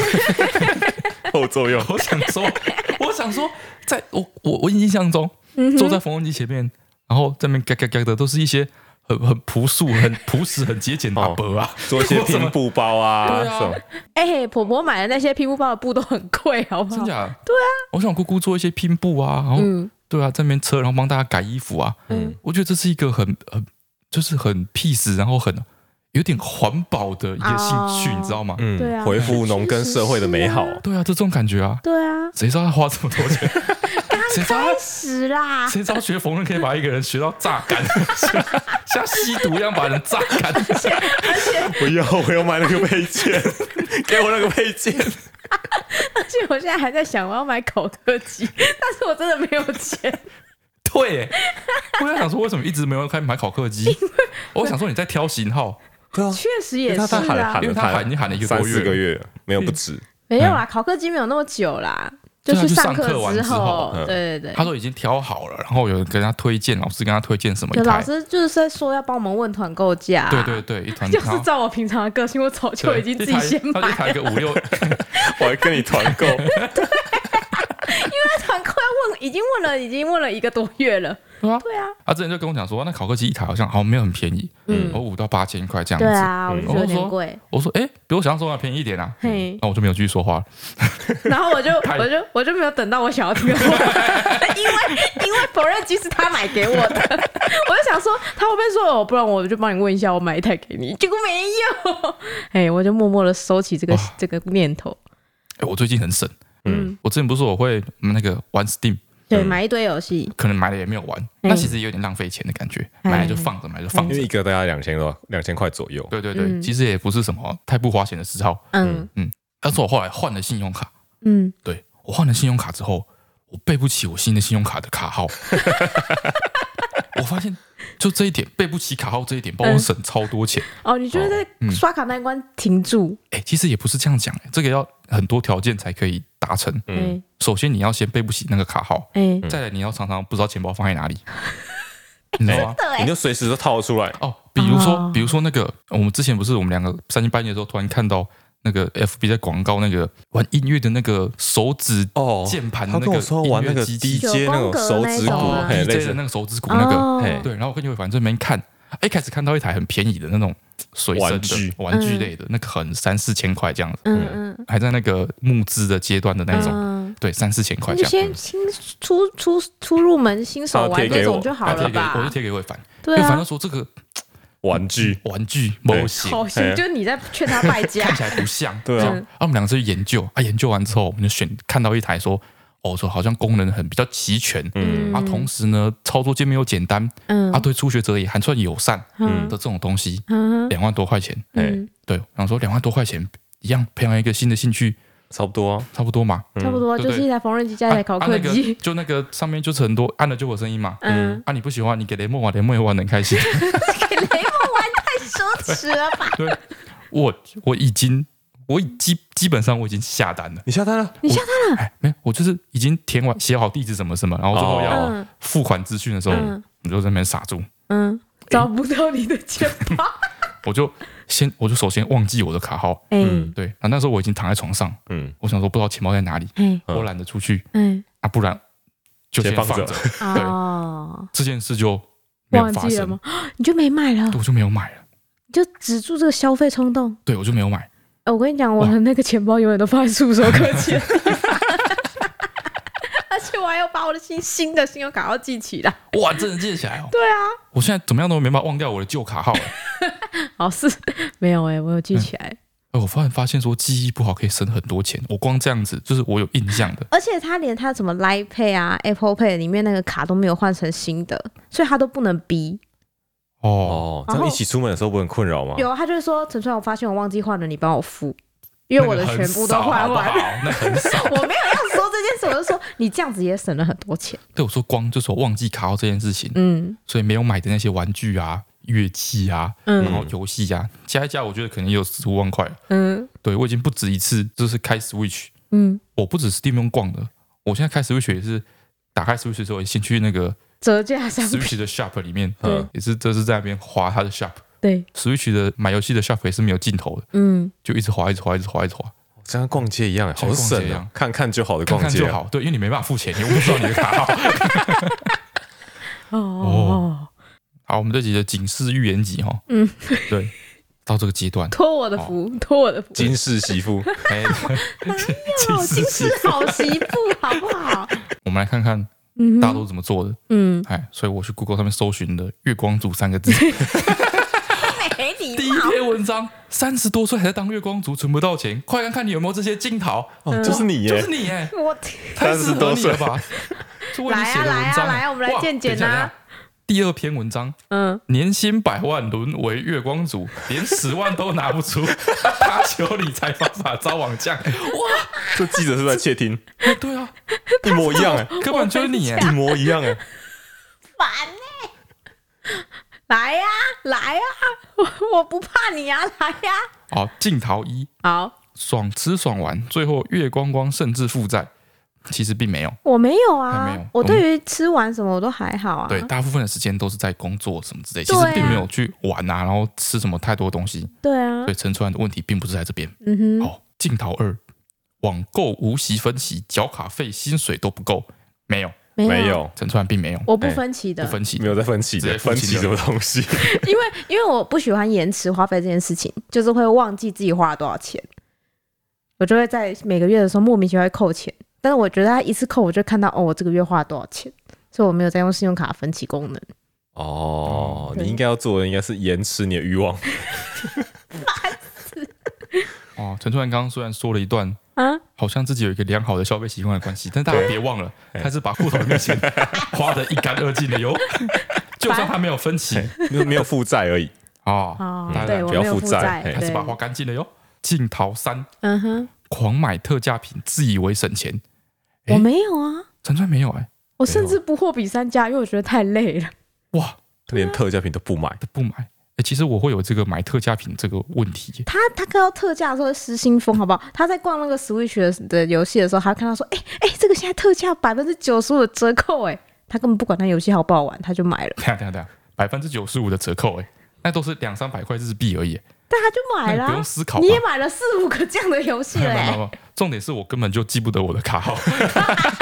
[LAUGHS] 后作用我想说， [LAUGHS] 我想说，在我我我印象中，坐在缝纫机前面，然后这边嘎嘎嘎的，都是一些很很朴素、很朴实、很节俭的阿伯啊。做 [LAUGHS] 一些我怎么拼布包啊，对啊这种哎、婆婆买的那些皮肤包的布都很贵，好不真好？假？对啊，我想姑姑做一些拼布啊，然后、嗯对啊，在那边车，然后帮大家改衣服啊。嗯，我觉得这是一个很很就是很 peace，然后很有点环保的一个兴趣，哦你知道吗？嗯，对啊回复农耕社会的美好。确实对啊，这种感觉啊，对啊，谁知道他花这么多钱？谁知道他是 [LAUGHS] 啦，谁知道学缝纫可以把一个人学到榨干， [LAUGHS] 像像吸毒一样把人榨 [LAUGHS] 干？不要，我要买那个配件，给我那个配件。而且我现在还在想我要买口科机， [LAUGHS] 但是我真的没有钱， [LAUGHS] 对耶，我在想说为什么一直没有开始买考克机？我想说你在挑型号， [LAUGHS] 对啊，确实因也为他是他喊啦喊，因为了他喊已经喊了一个多三月嗯四个月了，没有不止。没有啦，考科机没有那么久啦，就对啊去就上上课课完之之后后，嗯对对对他。说已经挑好了，然后有人跟他推荐，老师跟他推荐什么有一老台，师就是在说要帮我们问团购价、啊对对，对，一团 [LAUGHS] 就是然后照我平常的个性，我早就对已经自一己台先买 [LAUGHS] 他一台了。个五六， [LAUGHS] 我还跟你团购，团购要问，已经问了，已经问了一个多月了。对啊，对啊，他之前就跟我讲说，那考克机一台好像好像没有很便宜，嗯嗯，我五到八千块这样对子。啊，我就嗯觉得有我点说贵。我说，哎，比我想象中的便宜一点啊，嘿，那我就没有继续说话了。然后我 [LAUGHS] 就太我就我就没有等到我想要听的话， [LAUGHS] 因为因为缝纫机是他买给我的， [LAUGHS] 我就想说他会不会说哦，不然我就帮你问一下，我买一台给你， [LAUGHS] 结果没有， [LAUGHS] 哎，我就默默的收起这个哇这个念头，哎，我最近很省，嗯，我之前不是说我会嗯那个玩 Steam，对，买一堆游戏，可能买了也没有玩，那其实也有点浪费钱的感觉，哎买了就放着，买了就放 [LAUGHS] 因着为。一个大概两千多，两千块左右。对对对，嗯其实也不是什么太不花钱的嗜好。嗯但是我后来换了信用卡，嗯，对我换了信用卡之后，我背不起我新的信用卡的卡号。 [LAUGHS] 我发现就这一点，背不起卡号这一点，帮我嗯省超多钱。哦，你就是在嗯刷卡那一关停住，哎、其实也不是这样讲、哎这个要很多条件才可以达成。哎嗯首先你要先背不起那个卡号，哎，再来你要常常不知道钱包放在 [LAUGHS] 哪里，你知道吗？你就随时都套出来。哦，比如说，哦比如说那个，我们之前不是我们两个三更半夜的时候，突然看到那个 FB 在广告那个玩音乐的那个手指哦键盘的他那跟个我说音玩那乐个机器 DJ 那种手九宫格那一指种鼓啊，嘿，类 DJ 的似那个手指骨那个，哦，嘿对，然后我跟友反正没看，一开始看到一台很便宜的那种随身玩具的玩具类的，那个很三四千块这样子，嗯嗯，还在那个募资的阶段的那种，嗯对，三四千块那这就样。先新出出出入门新手他玩贴给这种我就好哦贴了给我就吧？贴给魏凡，对魏凡啊就，说这个玩具。玩具模对型好哎心呀就是你在劝他败家看，起来不像，对嗯这啊样然后我们两个就去研究啊，研究完之后，我们就选看到一台说，哦，说好像功能很比较齐全，嗯啊，同时呢，操作界面又简单，嗯啊，对初学者也还算友善的嗯这种东西，嗯两万多块钱，哎嗯对，然后说两万多块钱一样培养一个新的兴趣，差不多啊。差不多嘛。差不多啊嗯对就对是一台缝纫机加一台啊烤啊客那个机。就那个上面就是很多按了就有声音嘛。 [LAUGHS] 嗯，啊，你不喜欢，你给雷梦玩，雷梦也玩得很 [LAUGHS] 开心。给雷梦玩太奢侈了吧？对，我我已经，我已基基本上我已经下单了。你下单了？你下单了？哎，没有，我就是已经填完写好地址什么什么，然后最后哦要嗯付款资讯的时候，嗯你就在那边傻住。 [LAUGHS] 嗯，哎找不到你的钱包。我就先，我就首先忘记我的卡号。 [LAUGHS] 哎嗯对，啊，那时候我已经躺在床上，嗯，我想说不知道钱包在哪里，哎嗯我懒得出去哎啊，不然就先先放放着着。哦，这件事就没有忘发记了生吗，？ [GASPS] 你就没买了对，，我就没有买了，你就止住这个消费冲动。对我就没有买。哎我跟你讲，我的那个钱包永远都放在触手可及的地方， [LAUGHS] 而且我还要把我的新新的信用卡要记起来。哇，真的记得起来哦！对啊，我现在怎么样都没办法忘掉我的旧卡号了。哦是没有哎，我有记起来，哎，我突然发现说记忆不好可以省很多钱，我光这样子就是我有印象的。而且他连他什么 Line Pay 啊、Apple Pay 里面那个卡都没有换成新的，所以他都不能逼。哦，哦，这然后样一起出门的时候不会很困扰吗？有啊，他就会说陈川，我发现我忘记换了，你帮我付，因为我的那个全很部都少换完好不了。 [LAUGHS] 好那很少。我没有要说这件事，我就说你这样子也省了很多钱。对我说光就是我忘记卡号这件事情，嗯所以没有买的那些玩具啊、乐器啊，然嗯后游戏啊，加一加，我觉得可能也有十五万块了。嗯对我已经不止一次就是开 Switch，嗯，我不止 Steam 用逛的，我现在开 Switch 也是打开 Switch 的时候，先去 [LAUGHS] 那个折价商品 Switch 的 Shop 里面，对也是这是在那边划它的 Shop。对， Switch 的买游戏的 Shop 也是没有尽头的，嗯就一直划，一直划，一直划，一直划，这样逛街一样，好像逛街一省样啊！看看就好的看逛看街就啊，好。对，因为你没办法付钱，你又不知道你的 [LAUGHS] 卡号。哦哦，好，我们这集的警示预言集哈，嗯，对，到这个阶段，托我的福，托我的福，金氏媳妇， [LAUGHS] 哦 [LAUGHS] 哎，哪有金氏好媳妇，好不好？我们来看看嗯大家都怎么做的。嗯，哎，所以我去 Google 上面搜寻的“月光族”三个字，没礼 [LAUGHS] 第一篇文章，三十多岁还在当月光族，存不到钱，快看看你有没有这些金桃，哦，就是你就耶是！你哎，我太适合你了吧？是为你写的文来啊来啊章哎来啊我们来哇见解等一下啊等一下第二篇文章，嗯，年薪百万沦为月光族，连十万都拿不出， [LAUGHS] 他求理财方法招网将。哦这记者是不是在窃 [LAUGHS] 听，对啊，一模一样哎，根本就是你哎一！模一样哎，烦呢、来呀、来呀、 [LAUGHS] 我我不怕你呀、来呀、好，哦镜头一，好，爽吃爽玩，最后月光光甚至负债，其实并没有。我没有还啊，没有我对于吃完什么我都还好啊。对，大部分的时间都是在工作什么之类，其对实啊并没有去玩啊，然后吃什么太多东西，对啊所以，陈川的问题并不是在这边。嗯哼，好，镜头二，网购无息分期，缴卡费、薪水都不够，没有，哎没没，有，陈川并没有我不分期不的，分期没，有在分歧直接的，付分清歧了什么东西？因为因为我不喜欢延迟花费这件事情，就是会忘记自己花了多少钱，我就会在每个月的时候莫名其妙会扣钱，但是我觉得他一次扣，我就看到哦，我这个月花了多少钱，所以我没有再用信用卡分期功能。哦，对你应该要做的应该是延迟你的欲望，哦，陈川刚刚虽然说了一段啊，好像自己有一个良好的消费习惯的关系，但大家别忘了，哎他是把户头里面钱花的一干二净 [LAUGHS] 的哟。就算他没有分期就是没有负债而已。哦，哦嗯，对，不我要没有负负债债，嘿他对是把它花干净的哟。镜头三，嗯哼，狂买特价品，自以为省钱。诶我没有啊，陈川没有哎、我甚至不货比三家，因为我觉得太累了。哇，连特价品都不买，他不买。哎、其实我会有这个买特价品这个问题 [LAUGHS] 耶、他他看到特价的时候会失心疯，好不好？他在逛那个 Switch 的的游戏的时候，他看到说，哎、哎、这个现在特价百分之九十五的折扣、哎，他根本不管那游戏好不好玩，他就买了，等一下等一下等一下，百分之九十五的折扣哎、那都是两三百块日币而已耶、但他就买了那你不啊、用思考吧你也买了四五个这样的游戏 [LAUGHS] 没了、有没有哎没有，重点是我根本就记不得我的卡号。 [LAUGHS]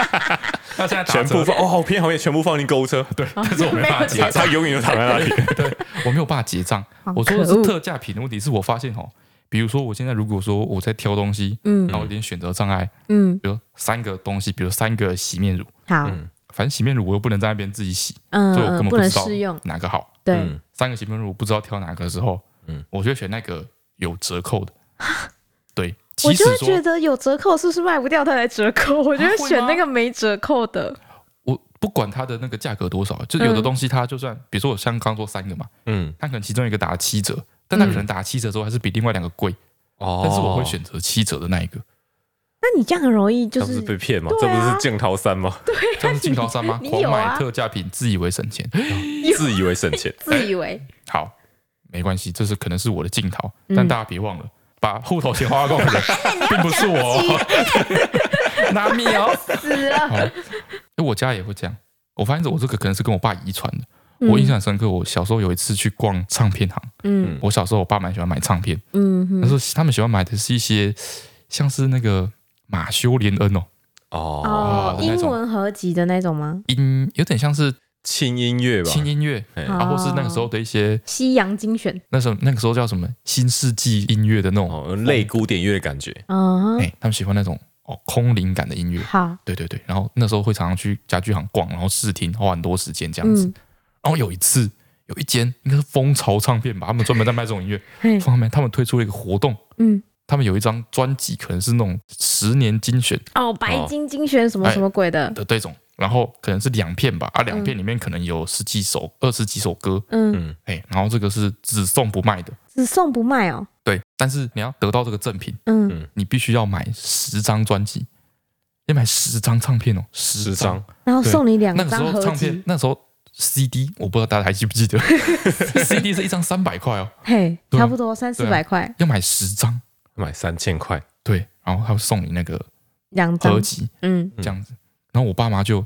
那现在打全折，部放哦，好便宜，好便宜，全部放进购物车， [LAUGHS] 对， [LAUGHS] 但是我没办法没有结 [LAUGHS] 结账账。他永远就躺在那里。我没有办法结账好。我说的可恶是特价品的问题，是我发现哦，比如说我现在如果说我在挑东西，嗯然后有点选择障碍，嗯，比如三个东西，比如三个洗面乳，好，嗯反正洗面乳我又不能在那边自己洗，嗯所以我嗯，根本不知能道试用，哪个好。对，嗯三个洗面乳我不知道挑哪个的时候，嗯我就会选那个有折 [LAUGHS] 扣的。对，我即就使会觉说得有折扣是不是卖不掉，他才折扣，我就会会选吗那个没折扣的，啊我不管它的那个价格多少，就有的嗯东西它就算，比如说我像刚说三个嘛，嗯，它可能其中一个打了七折，但它可能打了七折之后还是比另外两个贵，嗯哦但是我会选择七折的那一个。那你这样很容易就那不是是被骗吗？对这不啊是降涛三吗？这样是进高山 [LAUGHS] 吗？你你狂有啊买特价品，自以为省钱。自以为省钱，自以为好，没关系，这是可能是我的镜头，嗯哎但大家别忘了，把户头钱花光的 [LAUGHS] 人并不是我哦， [LAUGHS] 拿米哦。死了。好，哎我家也会这样。我发现我这个可能是跟我爸遗传的。嗯 [LAUGHS] 我印象很深刻，我小时候有一次去逛唱片行。嗯我小时候，我爸蛮喜欢买唱片，嗯哼那时候他们喜欢买的是一些像是那个马修·连恩哦，哦，哦哦，英那种文合集的那种吗？音有点像是轻音乐吧，轻音乐，哎哦啊，或是那个时候的一些西洋精选那时候那个时候叫什么新世纪音乐的那种，哦，类古典乐的感觉，啊哎、，他们喜欢那种哦空灵感的音乐，好，对对对。然后那时候会常常去家具行逛，然后试听，花很多时间这样子。嗯然后有一次有一间应该是蜂巢唱片吧，他们专门在卖这种音乐，嘿，他们他们推出了一个活动，嗯，他们有一张专辑可能是那种十年精选哦，白金精选什么什么鬼的，的这种，然后可能是两片吧，啊，两片里面可能有十几首、二十几首歌，嗯，哎、然后这个是只送不卖的。只送不卖哦，对，但是你要得到这个赠品，嗯，你必须要买十张专辑，要买十张唱片哦，十十张。然后对送你两那个时张候合唱片集，，那时候 CD，我不知道大家还记不记 [LAUGHS] 得，CD 是一张三百块哦，嘿，对啊差不多三四对啊百块要买十张，买三千块，对，然后他会送你那个两张合，集嗯，嗯这样子。然后我爸妈就，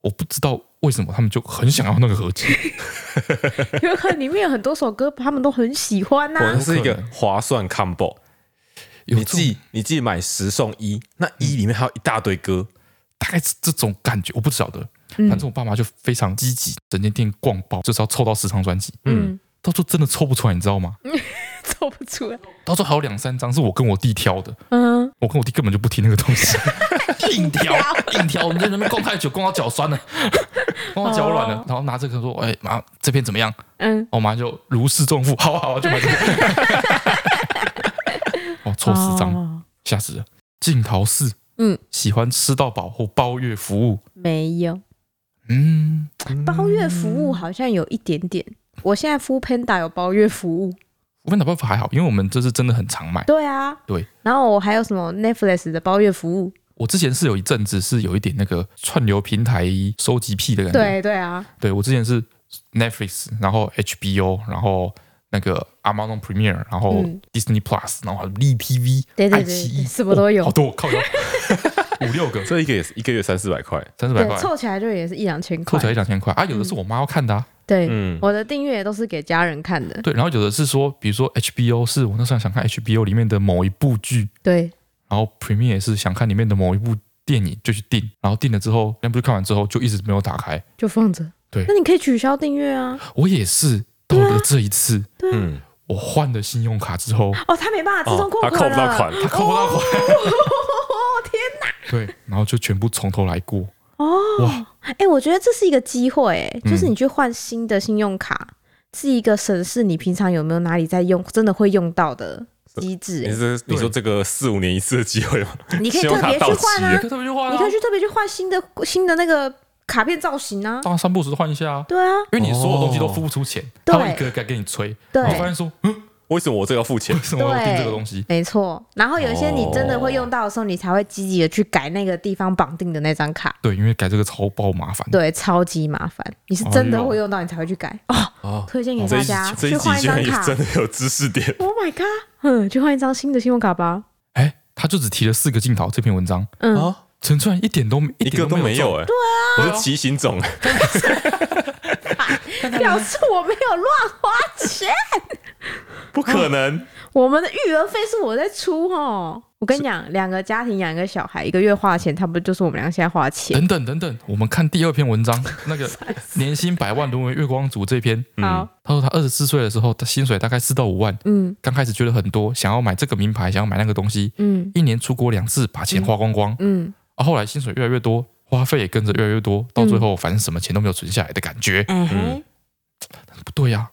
我不知道为什么他们就很想要那个合 [LAUGHS] 集，有可能里面有很多首歌，他们都很喜欢啊果呐然。是一个划算 combo。有你这种自己你自己买十送一，那一里面还有一大堆歌，嗯大概是这种感觉，我不晓得。嗯反正我爸妈就非常积极，整间店逛包，就是要凑到十张专辑。嗯，到时候真的抽不出来，你知道吗？ [LAUGHS] 做不出来。到时候还有两三张是我跟我弟挑的，嗯，我跟我弟根本就不听那个东西，硬挑硬挑，你在那边逛太久，逛到脚酸 [LAUGHS] 了，逛到脚软了哦，然后拿这个说，哎妈，这篇怎么样？哦嗯，我妈就如释重负，好啊好啊，就买这个。 [LAUGHS] 哦，抽十张，哦吓死了！镜桃四，嗯，喜欢吃到饱或包月服务，没有嗯，包月服务，好像有一点点。我现在 f o o Panda 有包月服务，我们打包还好，因为我们这是真的很常买。对啊，对。然后我还有什么 Netflix 的包月服务？我之前是有一阵子是有一点那个串流平台收集癖的感觉，对对啊，对我之前是 Netflix，然后 HBO，然后那个 Amazon Premiere，然后嗯 Disney Plus，然后还有对 Live TV，对爱对奇对艺，什么都有哦好多靠腰，五六个，这一个也是一个月三四百块，三四百对，块，凑起来就也是一两嗯千扣块起来。一两千块啊。有的是我妈要看的啊，对，嗯我的订阅都是给家人看的。对，然后有的是说，比如说 HBO 是我那时候想看 HBO 里面的某一部剧，对，然后 Premiere 也是想看里面的某一部电影就去订，然后订了之后，那部剧看完之后就一直没有打开。就放着。对那你可以取消订阅啊。我也是到了这一次，嗯，我换了信用卡之后，哦，他没办法自动哦，扣款啊他扣不到了款，他扣不到款。哦天哪！对，然后就全部从头来过。哦，哇，哎、我觉得这是一个机会、哎，嗯就是你去换新的信用卡，是一个审视你平常有没有哪里在用，真的会用到的机制、你是你说这个四五年一次的机会吗？ [LAUGHS] 哎，你可以信特用卡别去到期换啊了，特别就换你可以去特别去换新的新的那个卡片造型啊。当然三不五时换一下啊，对啊，因为你所有东西都哦付不出钱，对他会一个一个给你催，对你就发现说，嗯，为什么我这个要付 [LAUGHS] 钱为？什么我要订这个东西？没错。然后有一些你真的哦会用到的时候，你才会积极的去改那个地方绑定的那张卡。对，因为改这个超爆麻嗯烦。 [LAUGHS] 对，超级麻烦，你是真的会用到，你才会去改哦。哎哦，推荐给这大一集家这一啊去集换一居张然也卡。真的有知识点， Oh my god！嗯，去换一张新的信用卡吧。哎，他就只提了四个镜头这篇文章，嗯，啊，陈川一点都 [LAUGHS] 一点个都没有中哎，对啊，我是骑行种， [LAUGHS] 表示我没有乱花钱，不可能， [LAUGHS] 我们的育儿费是我在出哦。我跟你讲，两个家庭养一个小孩，一个月花的钱，差不多就是我们俩现在花的钱。等等等等，我们看第二篇文章，那 [LAUGHS] 个年薪百万沦为月光族这篇，好，他说他二十四岁的时候，他薪水大概四到五万，嗯刚开始觉得很多，想要买这个名牌，想要买那个东西，嗯一年出国两次，把钱花光光。嗯，啊，后来薪水越来越多，花费也跟着越来越多，到最后反正什么钱都没有存下来的感觉。哎、嘿不对呀、啊，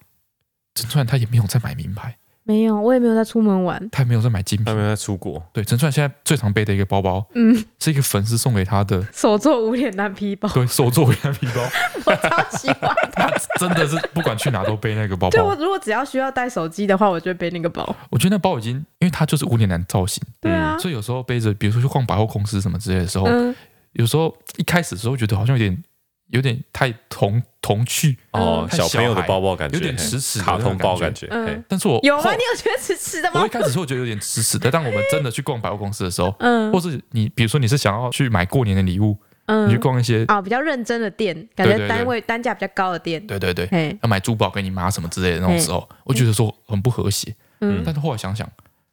陈川他也没有在买名牌，没有，我也没有在出门玩。他也没有在买精他品。们在出国，对，陈川现在最常背的一个包包嗯， [LAUGHS] 是一个粉丝送给他的，手做无脸男皮包，对手作羊皮包， [LAUGHS] 我超喜欢。他真的是不管去哪都背那个 [LAUGHS] 包对我包。如果只要需要带手机的话，我就会背那个包。我觉得那包已经，因为他就是无脸男造型，对啊，嗯所以哦有时候背着，比如说去逛百货公司什么之类的时候，嗯，有时候一开始的时候觉得好像有点有点太童童趣，哦，看小朋友小的孩包包感觉有点迟迟的卡通包那种感感觉，嗯嘿但是我有后吗？你有觉得吃吃的哦我吗一？开始是会觉得有点迟迟的，但我们真的去逛百货公司的时候，嗯或是你比如说你是想要去买过年的礼物，你去嗯，逛一些，啊，比较认真的店，感对觉对对单位单价比较高的店。对对对，嘿，要买珠宝给你妈什么之类的那种时候，我觉得说很不和谐。嗯但是后来想想，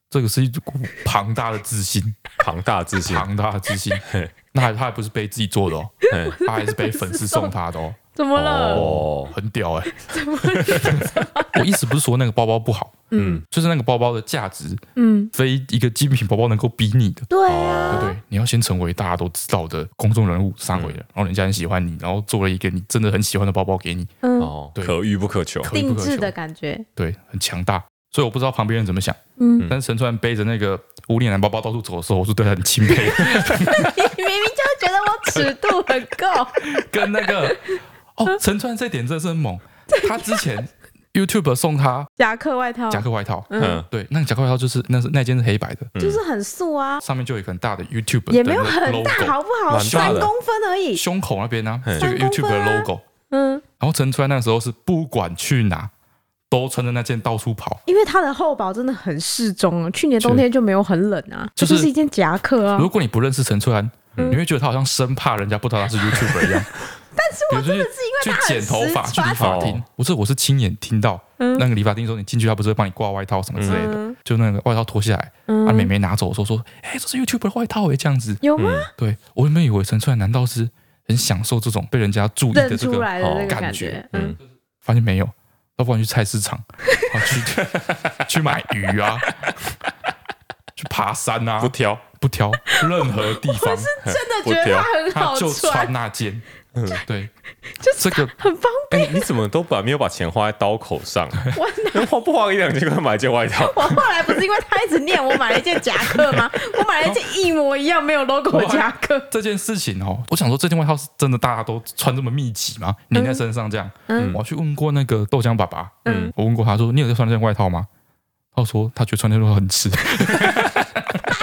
这个是一股庞大的 [LAUGHS] 自信，庞大 [LAUGHS] 自信，庞大的自信嘿。那还他还不是背自己做的哦，嘿他还是背粉丝送他的哦，怎么了？哦，很屌 [LAUGHS] 哎、 [LAUGHS] 我意思不是说那个包包不好，啊嗯就是那个包包的价值嗯，非一个精品包包能够比拟的。对哦对不啊，嗯对，你要先成为大家都知道的公众人物上位了，然后人家很喜欢你，然后做了一个你真的很喜欢的包包给你，嗯，哦，对可遇不可求，可遇不定可制求的，感觉。对，很强大。所以我不知道旁边人怎么想，嗯，但是陈川背着那个无脸男包包到处走的时候，我是对他很钦 [LAUGHS] 佩，你明明就觉得我尺度很够。跟那个哦，陈川这点真的是很猛，他之前 YouTube 送他 [LAUGHS] 夹克外套，夹克外套，嗯，嗯，对，那个夹克外套就是那是那件是黑白的，就是很素啊，上面就有一个很大的 YouTube 的嗯也没有很大， logo，好不好？蛮大三的公分而已。胸口那边呢、嘿就有一个三 YouTube 公分的啊 logo，嗯，然后陈川那时候是不管去哪都穿着那件到处跑。因为它的厚薄真的很适中啊，去年冬天就没有很冷啊，就这是就是一件夹克啊如。果你不认识陈川，嗯你会觉得他好像生怕人家不知道他是 YouTuber [LAUGHS] 一样。但是我真是因的为去它很剪头发，实去穿理发厅哦，不是，我是亲眼听到嗯那个理发厅说你进去，他不是会帮你挂外套什么之类的，嗯就那个外套脱下来，啊，美嗯，眉拿走说说，哎，这是 YouTuber 外套哎，这样子。有吗？对我原本以为陈川难道是很享受这种被人家注意的认这出个，来的那个哦感感觉觉，嗯嗯，发现没有，要不然去菜 [LAUGHS] 市场，啊去去买鱼啊， [LAUGHS] 去爬山啊，不挑，不挑任何地方，真的不觉得挑它很他好就穿穿，那件。对，就是这个很方哎，你怎么都把没有把钱花在刀口 [LAUGHS] 上？能花不花一两千块买一件外套？我后来不是因为他一直念我买了一件夹克吗？我买了一件一模一样没有 logo 的夹克。这件事情哦，我想说这件外套是真的大家都穿这么密集吗？粘在身上这样？嗯我去问过那个豆浆爸爸，嗯，我问过他说你有在穿这件外套吗？他说他觉得穿那件外套 [LAUGHS] 很吃， [LAUGHS]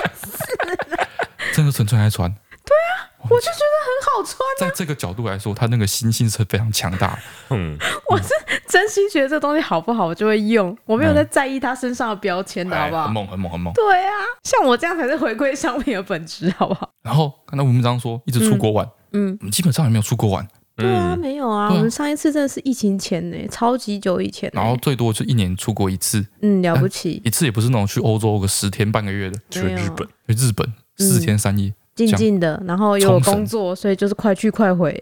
真的纯粹爱穿。我就觉得很好穿，在这个角度来说，他那个心性是非常强大的。嗯，我是 [LAUGHS] 真心觉得这东西好不好，我就会用，我没有在在意它身上的标签的，好哎不好很？猛很猛很猛。对啊，像我这样才是回归商品的本质，好不好？然后看到文章说一直出国玩，嗯，我们基本上也没有出国玩，对啊，没有啊，对啊我们上一次真的是疫情前呢、超级久以前、欸。然后哎最多就一年出国一次，嗯，了不起，一次也不是那种去欧洲个十天半个月的，去没有日本，去日本嗯四天三夜。静静的，然后又有冲绳工作，所以就是快去快回，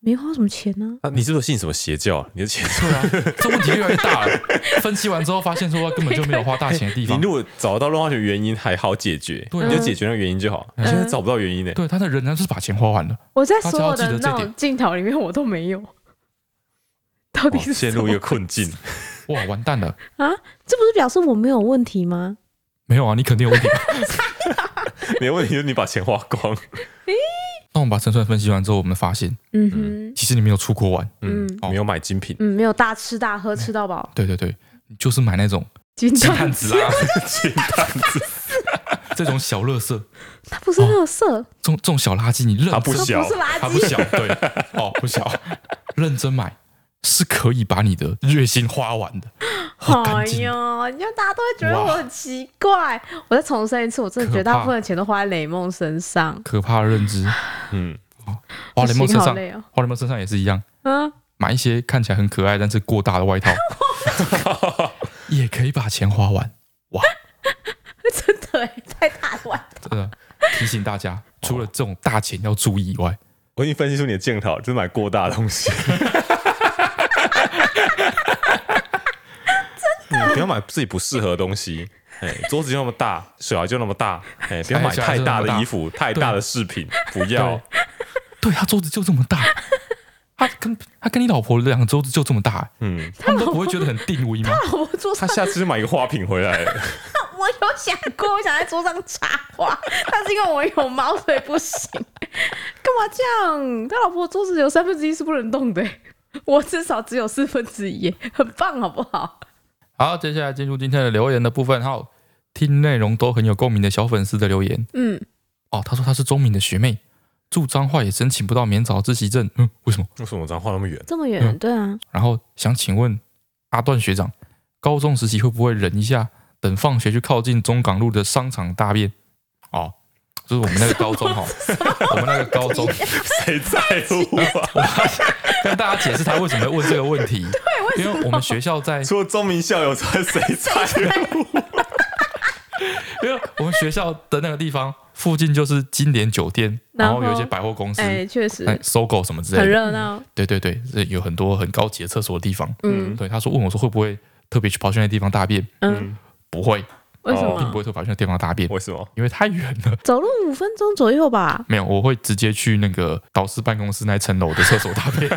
没花什么钱呢、啊你是不是信什么邪教啊？你的钱，对啊， [LAUGHS] 这问题越来越大了。分析完之后发现说根本就没有花大钱的地哎你方。如果找到乱花钱原因还好解决，对啊嗯你就解决那个原因就好。你现在找不到原因呢，对，啊他的人呢就是把钱花完了，我在所有大家要的那记得这种点镜头里面我都没有，到底哇是陷入一什么个困境。哇，完蛋了。啊？这不是表示我没有问题吗？没有啊，你肯定有问题。没问题，就是你把钱花光。 [LAUGHS] 那我们把陈川分析完之后，我们发现嗯哼，其实你没有出国玩。嗯嗯，没有买精品，哦嗯，没有大吃大喝吃到饱，对对对，你就是买那种金鸡蛋蛋子啊， [LAUGHS] 金蛋子，这种小垃圾，它不是垃圾，这种这种小垃圾，你认它不真它小不是垃它不圾，小，对，哦，不小， [LAUGHS] 认真买是可以把你的月薪花 [LAUGHS] 完的，很干哎净。呦，你就大家都会觉得哇我很奇怪。我再重申一次，我真的觉得可怕大部分的钱都花在雷梦身上。可怕的认知，哦嗯，花雷梦身心好上，累哦花雷梦身上也是一样，嗯， [LAUGHS] 买一些看起来很可爱但是过大的 [LAUGHS] 外套，也可以把钱花完。哇，真的耶太大了，真 [LAUGHS] 的提醒大家，除了这种大钱要注意以外，我已经分析出你的镜头，就是买过大的东 [LAUGHS] 西。嗯，不要买自己不适合的东西。哎，桌子就那么大，水壶就那么大，哎，不要买 [LAUGHS] 太大的衣服、太大的饰品，不要。 [LAUGHS] 对，他桌子就这么大，他跟他跟你老婆两周就这么大、欸，嗯，他们都不会觉得很 [LAUGHS] 定位吗？我桌他上下次就买一个花瓶回来，我有想过，我想在桌上插花，但是因为我有猫，所以不行。干嘛这样？他老婆桌子有三分之一是不能动的欸、我至少只有四分之一欸，很棒，好不好？好，接下来进入今天的留言的部分。好，听内容都很有共鸣的小粉丝的留言嗯，哦，他说他是中敏的学妹，住彰化也申请不到免早自习证，嗯，为什么？为什么咱画那 [LAUGHS] 么远？这么嗯远，对啊，然后想请问阿段学长，高中时期会不会忍一下，等放学去靠近中港路的商场大便？哦，就是我们那个高中哈，我们那个高中，谁在乎啊？跟大家解释他为什么会问这个问题， [LAUGHS] 对，因为我们学校在 [LAUGHS] 除了钟明校友之外，谁在乎？因为我们学校的那个地方附近就是金莲酒店，然然后后有一些百货公司、哎、确实哎搜狗什么之类很的，热闹。对对对，是有很多很高级的厕所的地方。嗯对，他说问我说会不会特别去跑去那地方大便？嗯，不会，为什哦么？并不会特别跑去那地方大便，为什么？因为太远了。走路五分钟左右吧。没有，我会直接去那个导师办公室那一层楼的厕所大便。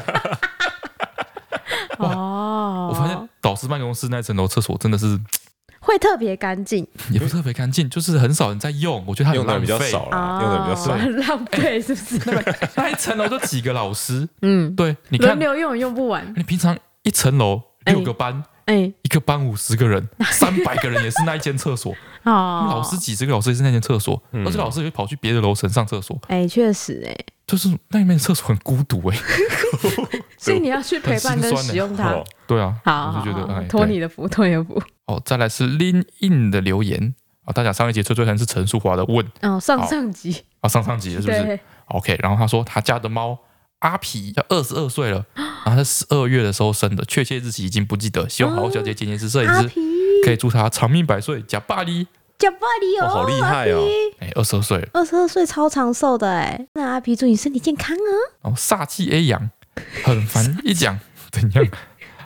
哇哦 [LAUGHS] 我发现导师办公室那一层楼厕所真的是会特别干净也不是特别干净，就是很少人在用，我觉得它很用的浪比较费。哦少啦，啊，用的比较少。很浪费是不是？ [LAUGHS] 那一层楼就几个老师，嗯，对，你看轮流用也用不完。你平常一层楼哎六个班，哎，一个班五十 [LAUGHS] 个人，三百个人也是那一间厕所，哦，老师几十个老师也是那间厕所，嗯而且老师也会跑去别的楼层上厕所，哎，确实哎，就是那里面的厕所很孤独哎、所以你要去陪伴跟使用它。哦 [LAUGHS] 对啊，好，我就觉好得好哎，托对你的福，托你的福。哦，再来是 Lin In 的留言啊、大家上一节最最恒是陈淑华的问哦，上好上集啊，上上集的是不是对， ？OK，然后他说他家的猫。阿皮要二十二 [GASPS] 岁了，然后他十二月的时候生的，确切日期已经不记得。希望好好小姐今天是摄影阿师，皮可以祝他长命百岁，假巴黎。假巴里哦，哇好厉害哦阿皮！哎，二十二岁了，二十二岁超长寿的哎，那阿皮祝你身体健康啊！然后哦煞气 A 阳，很 [LAUGHS] 烦一讲怎样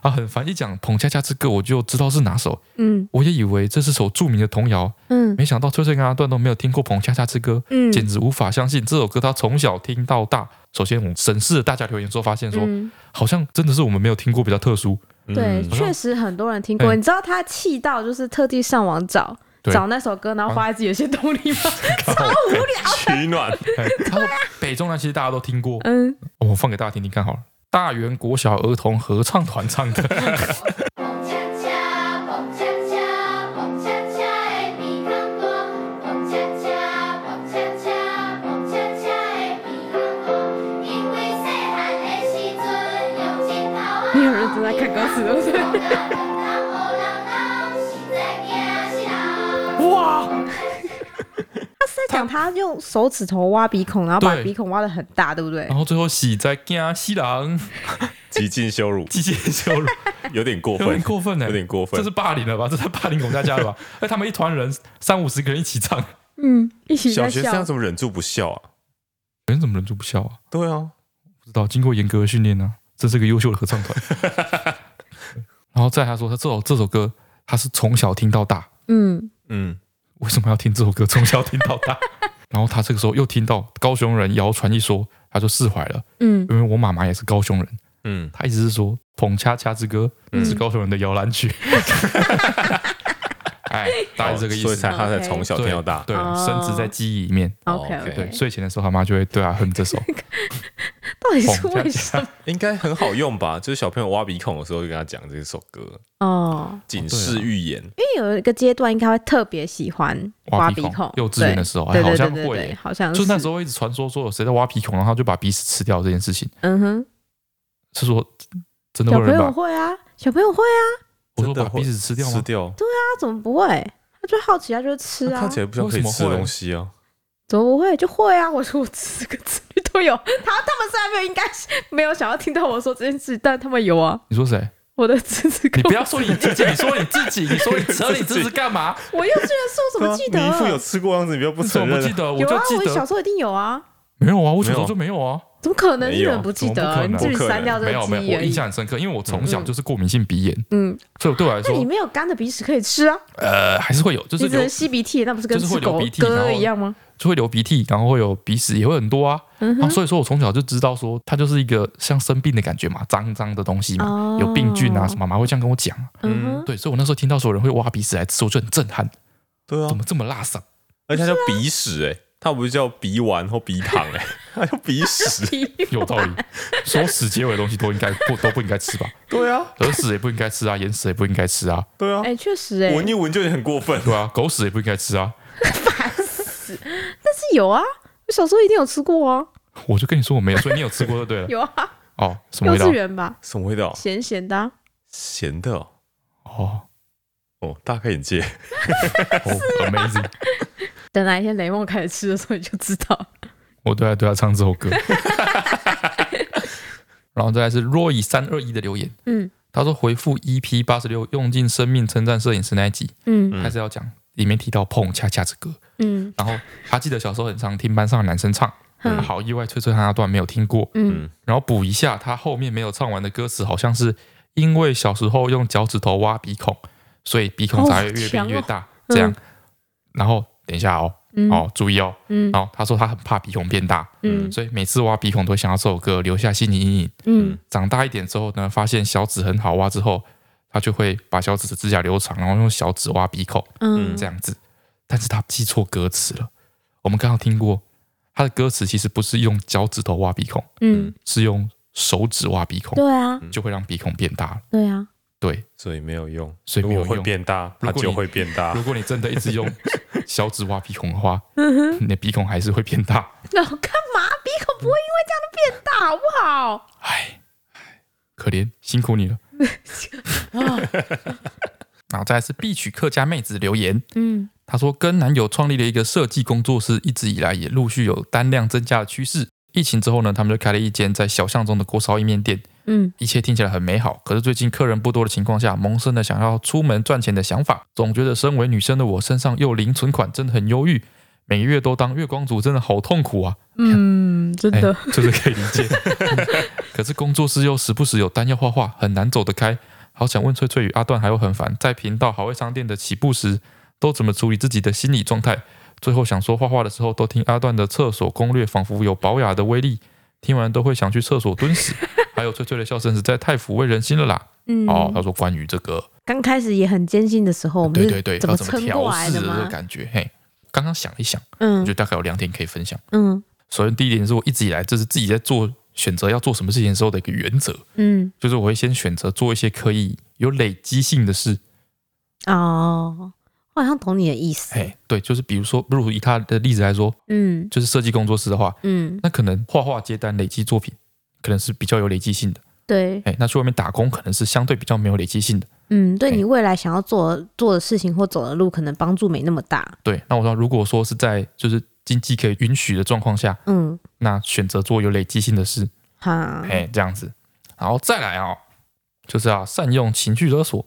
啊？很烦一讲《彭恰恰之歌》，我就知道是哪首。嗯我也以为这是首著名的童谣，嗯没想到翠翠跟阿段都没有听过《彭恰恰之歌》，嗯，简直无法相信这首歌他从小听到大。首先，我审视了大家留言之后，发现说、嗯好像真的是我们没有听过，比较特殊。嗯对，好像确实很多人听过。哎你知道他气到就是特地上网找对啊找那首歌，然后发在自己的线动里吗？ [LAUGHS] 超无聊，取暖。哎他说北中南其实大家都听过，哦嗯，我放给大家听听看好了。大原国小儿童合唱团唱 [LAUGHS] 的，蹦恰恰，蹦恰恰，蹦恰恰，哎，咪康多。蹦恰恰，蹦恰恰，蹦恰恰，哎，咪康多。因为细汉的时阵用枕头啊，你有认真在看歌词对不对？乌人人，乌人人，实在惊死人。哇！他是在讲他用手指头挖鼻孔，然后把对哦鼻孔挖的很大，对不对然？后最后喜在惊西郎，极尽羞 [LAUGHS] 辱，极限羞辱，有点过有点分，过分呢、欸有点过分这是霸凌了吧？这 [LAUGHS] 是霸凌我们大家了吧？哎，他们一团人三五十个人一起唱，嗯，一起小在学笑生要。怎么忍住不笑啊？人怎么忍住不笑啊？对啊，不知道，经过严格的训练呢、这是个优秀的合唱 [LAUGHS] 团。然后再来他说，他这首这首歌他是从小听到大，嗯，嗯，为什么要听这首歌？从小听到 [LAUGHS] 大。然后他这个时候又听到高雄人谣传一说，他就释怀了，嗯，因为我妈妈也是高雄人，嗯，她一直是说《捧恰恰之歌》是高雄人的摇篮曲。 [LAUGHS] 哎，大概是这个意所思以。才他才 OK 从小对听到大。对，哦深植在记忆里面。 OK 哦，OK 对， OK，睡前的时候他妈就会对啊哼 [LAUGHS] 这首，到底是为什 [LAUGHS] 么？应该很好用吧？ [LAUGHS] 就是小朋友挖鼻孔的时候，就跟他讲这首歌，哦，警示预哦言。啊因为有一个阶段应该会特别喜欢挖鼻鼻孔孔，幼稚园的时候对对哎好像对对会对对，好像就是那时，候一直传说说有谁在挖鼻孔，然后就把鼻屎吃掉这件事情，嗯哼，是说真的小会有朋人友把会啊，小朋友会啊，我说真把的鼻会屎吃掉吃吗？掉，他怎么不会？他就好奇，他就会吃他啊看，起来不像可以吃的东西啊。怎么不会？就会啊！我说我吃个词语都有，他他们虽然没有应该是没有想要听到我说这件事，但他们有啊。你说谁？我的侄子跟你我，不要说你自己，你说你自己，你说你扯你侄子干嘛？ [LAUGHS] 我幼稚园的时候怎么记得？你一啊副有吃过样子，你不要不你怎承么不认记啊。得？我有就啊，记我小得时候一定有啊，没有啊，我小时没候有就没有啊，怎么可能没是有人不记怎么得？不可能啊你自己不可能删掉这没个有记没忆有，而我已印象很深刻，因为我从小嗯就是过敏性鼻炎，嗯，所以对我来那你说，没有干的鼻屎可以吃啊，呃，还是会有，就你是只流能吸鼻涕，那不是跟嗯就是吃会流狗鼻涕然哥后一样吗？就会流鼻涕，然后会有鼻屎，也会很多啊。嗯啊，所以说我从小就知道说，它就是一个像生病的感觉嘛，脏脏的东西嘛，哦有病菌啊什么，妈妈会这样跟我讲啊。嗯哼，[LAUGHS] 对，所以我那时候听到所有人会挖鼻屎来吃，我就很震撼，对啊怎，么这么辣嗓？而且它叫啊鼻屎哎、欸，它不是叫鼻丸或鼻糖哎、欸，它叫鼻 [LAUGHS] 屎。屁有道理，所有屎结尾的东西都应该不都不应该吃吧？对啊，耳屎也不应该吃啊，眼屎也不应该吃啊，对啊，哎，确实哎，闻一闻就很过分。对啊，狗屎也不应该吃啊。但是有啊，我小时候一定有吃过啊，我就跟你说我没有，所以你有吃过就对了。 [LAUGHS] 有啊，哦，什么幼味道稚？园吧，什么味道？咸咸的啊，咸的哦，哦哦大开眼界。哦，amazing！等哪一天雷梦开始吃的时候你就知道。我对他对他唱这首歌。然后再来是若以三二一的留言，嗯他说回复 EP 八十六用尽生命称赞摄影师那一集，嗯还是要讲里面提到碰恰恰这歌，嗯然后他记得小时候很常听班上的男生唱，嗯好意外吹吹他那段没有听过，嗯然后补一下，他后面没有唱完的歌词好像是因为小时候用脚趾头挖鼻孔，所以鼻孔哦才会越变越大、这样。然后等一下哦，嗯哦，注意哦。嗯然后他说他很怕鼻孔变大，嗯所以每次挖鼻孔都会想到这首歌，留下心理阴影。嗯长大一点之后呢，发现小指很好挖之后，他就会把小指的指甲留长，然后用小指挖鼻孔嗯这样子。但是他记错歌词了。我们刚刚听过，他的歌词其实不是用脚趾头挖鼻孔，嗯，是用手指挖鼻孔，对啊就会让鼻孔变大了。对啊，对，所以没有用，所以没有如果会用变大，如它果你就会变大如。果你真的一直用小指挖鼻孔的 [LAUGHS] 话，嗯你的鼻孔还是会变大。 [LAUGHS] 那我干嘛？鼻孔不会因为这样就变大，好不好？唉，可怜，辛苦 [LAUGHS] 你了。然后再来是必取客家妹子留言，嗯她说跟男友创立了一个设计工作室，一直以来也陆续有单量增加的趋势。疫情之后呢，他们就开了一间在小巷中的锅烧意面店，嗯一切听起来很美好，可是最近客人不多的情况下，萌生了想要出门赚钱的想法。总觉得身为女生的我，身上又零存款，真的很忧郁。每个月都当月光族，真的好痛苦啊！嗯，真的，哎这是可以理 [LAUGHS] 解。可是工作室又时不时有单要画画，很难走得开。好想问翠翠与阿段还有很烦，在频道好味商店的起步时，都怎么处理自己的心理状态？最后想说，画画的时候都听阿段的厕所攻略，仿佛有保雅的威力，听完都会想去厕所蹲屎。还有翠翠的笑声实在太抚慰人心了啦！嗯哦，他说关于这个，刚开始也很艰辛的时候，我们对是对对，怎要么怎么撑调过来试的的这个吗？感觉？嘿，刚刚想一想，我嗯觉得大概有两点可以分享。嗯首先，第一点是我一直以来这是自己在做选择要做什么事情的时候的一个原则，嗯，就是我会先选择做一些可以有累积性的事。哦，我好像懂你的意思。哎，对，就是比如说，如果以他的例子来说，嗯就是设计工作室的话，嗯，那可能画画接单累积作品，可能是比较有累积性的。对，哎，那去外面打工可能是相对比较没有累积性的。嗯，对哎你未来想要做做的事情或走的路，可能帮助没那么大。对，那我说，如果说是在就是经济可以允许的状况下，嗯，那选择做有累积性的事，哈，哎，这样子，然后再来哦，就是啊，善用情绪勒索、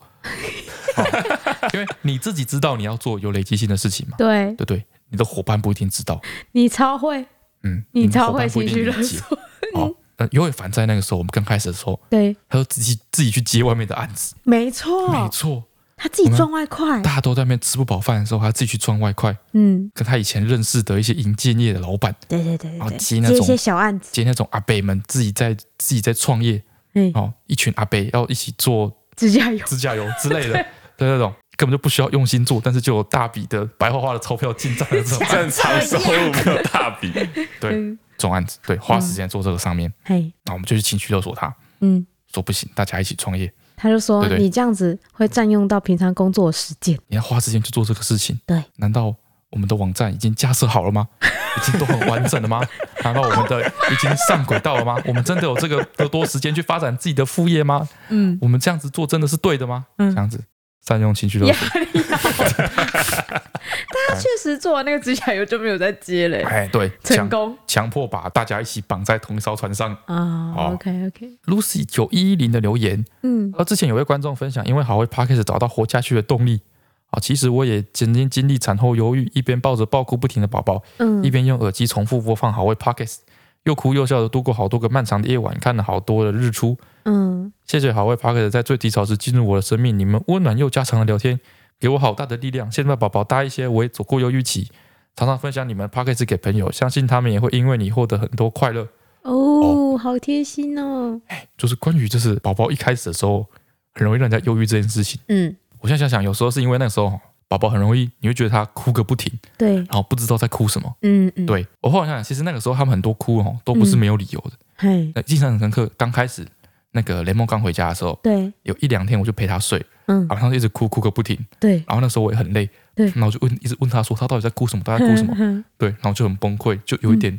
哦因为你自己知道你要做有累积性的事情嘛，对对不对？你的伙伴不一定知道，你超会，嗯，你的超伙伴会不一情定绪勒理解。索。哦，那尤伟凡在那个时候，我们刚开始的时候，对，他就自己自己去接外面的案子，没错，没错，他自己赚外快。大家都在那边吃不饱饭的时候，他自己去赚外快，嗯，跟他以前认识的一些银建业的老板，对对对然对后对，接接啊那一种些小案子，接那种阿伯们自己在自己在创业，哎，哦，一群阿伯要一起做指甲油，指甲油之类的的那种，根本就不需要用心做，但是就有大笔的白花花的钞票进账 [LAUGHS] 的这种正常收入没有大笔，对嗯，这种案子，对，花时间做这个上面，嘿，那我们就去情绪勒索他，嗯，说不行，大家一起创业，他就说对对你这样子会占用到平常工作的时间。你要花时间去做这个事情，对，难道我们的网站已经架设好了吗？已经都很完整了吗？难道我们的已经上轨道了吗？我们真的有这个多多时间去发展自己的副业吗？嗯，我们这样子做真的是对的吗？这样子善用情绪勒压索，力好大。他确实做完那个指甲油就没有再接了，哎，对，成强功强迫把大家一起绑在同一艘船上。啊哦。 OK OK， Lucy 九一一零的留言，嗯而之前有位观众分享，因为好会 p a c k a g e 找到活下去的动力啊。其实我也曾经经历产后忧郁，一边抱着爆哭不停的宝宝，一嗯边用耳机重复播放好会 p a c k a g e 又哭又笑的度过好多个漫长的夜晚，看了好多的日出。嗯，谢谢好会 p a c k a g e 在最低潮时进入我的生命，你们温暖又加长的聊天，给我好大的力量。现在宝宝大一些，我也走过忧郁期，常常分享你们 p o c k e t 给朋友，相信他们也会因为你获得很多快乐。哦，好贴心哦。就是关于就是宝宝一开始的时候很容易让人家忧郁这件事情，嗯，我现在想想，有时候是因为那时候宝宝很容易，你会觉得他哭个不停，对，然后不知道在哭什么。嗯嗯，，对我后来想想，其实那个时候他们很多哭哦，都不是没有理由的。嘿，那印象很深刻，刚开始那个雷梦刚回家的时候，对，有一两天我就陪他睡，嗯，晚上就一直哭哭个不停。对，然后那时候我也很累，对然后我就问一直问他说他到底在哭什么，他在哭 [LAUGHS] 什么？么？对，然后就很崩溃，就有一点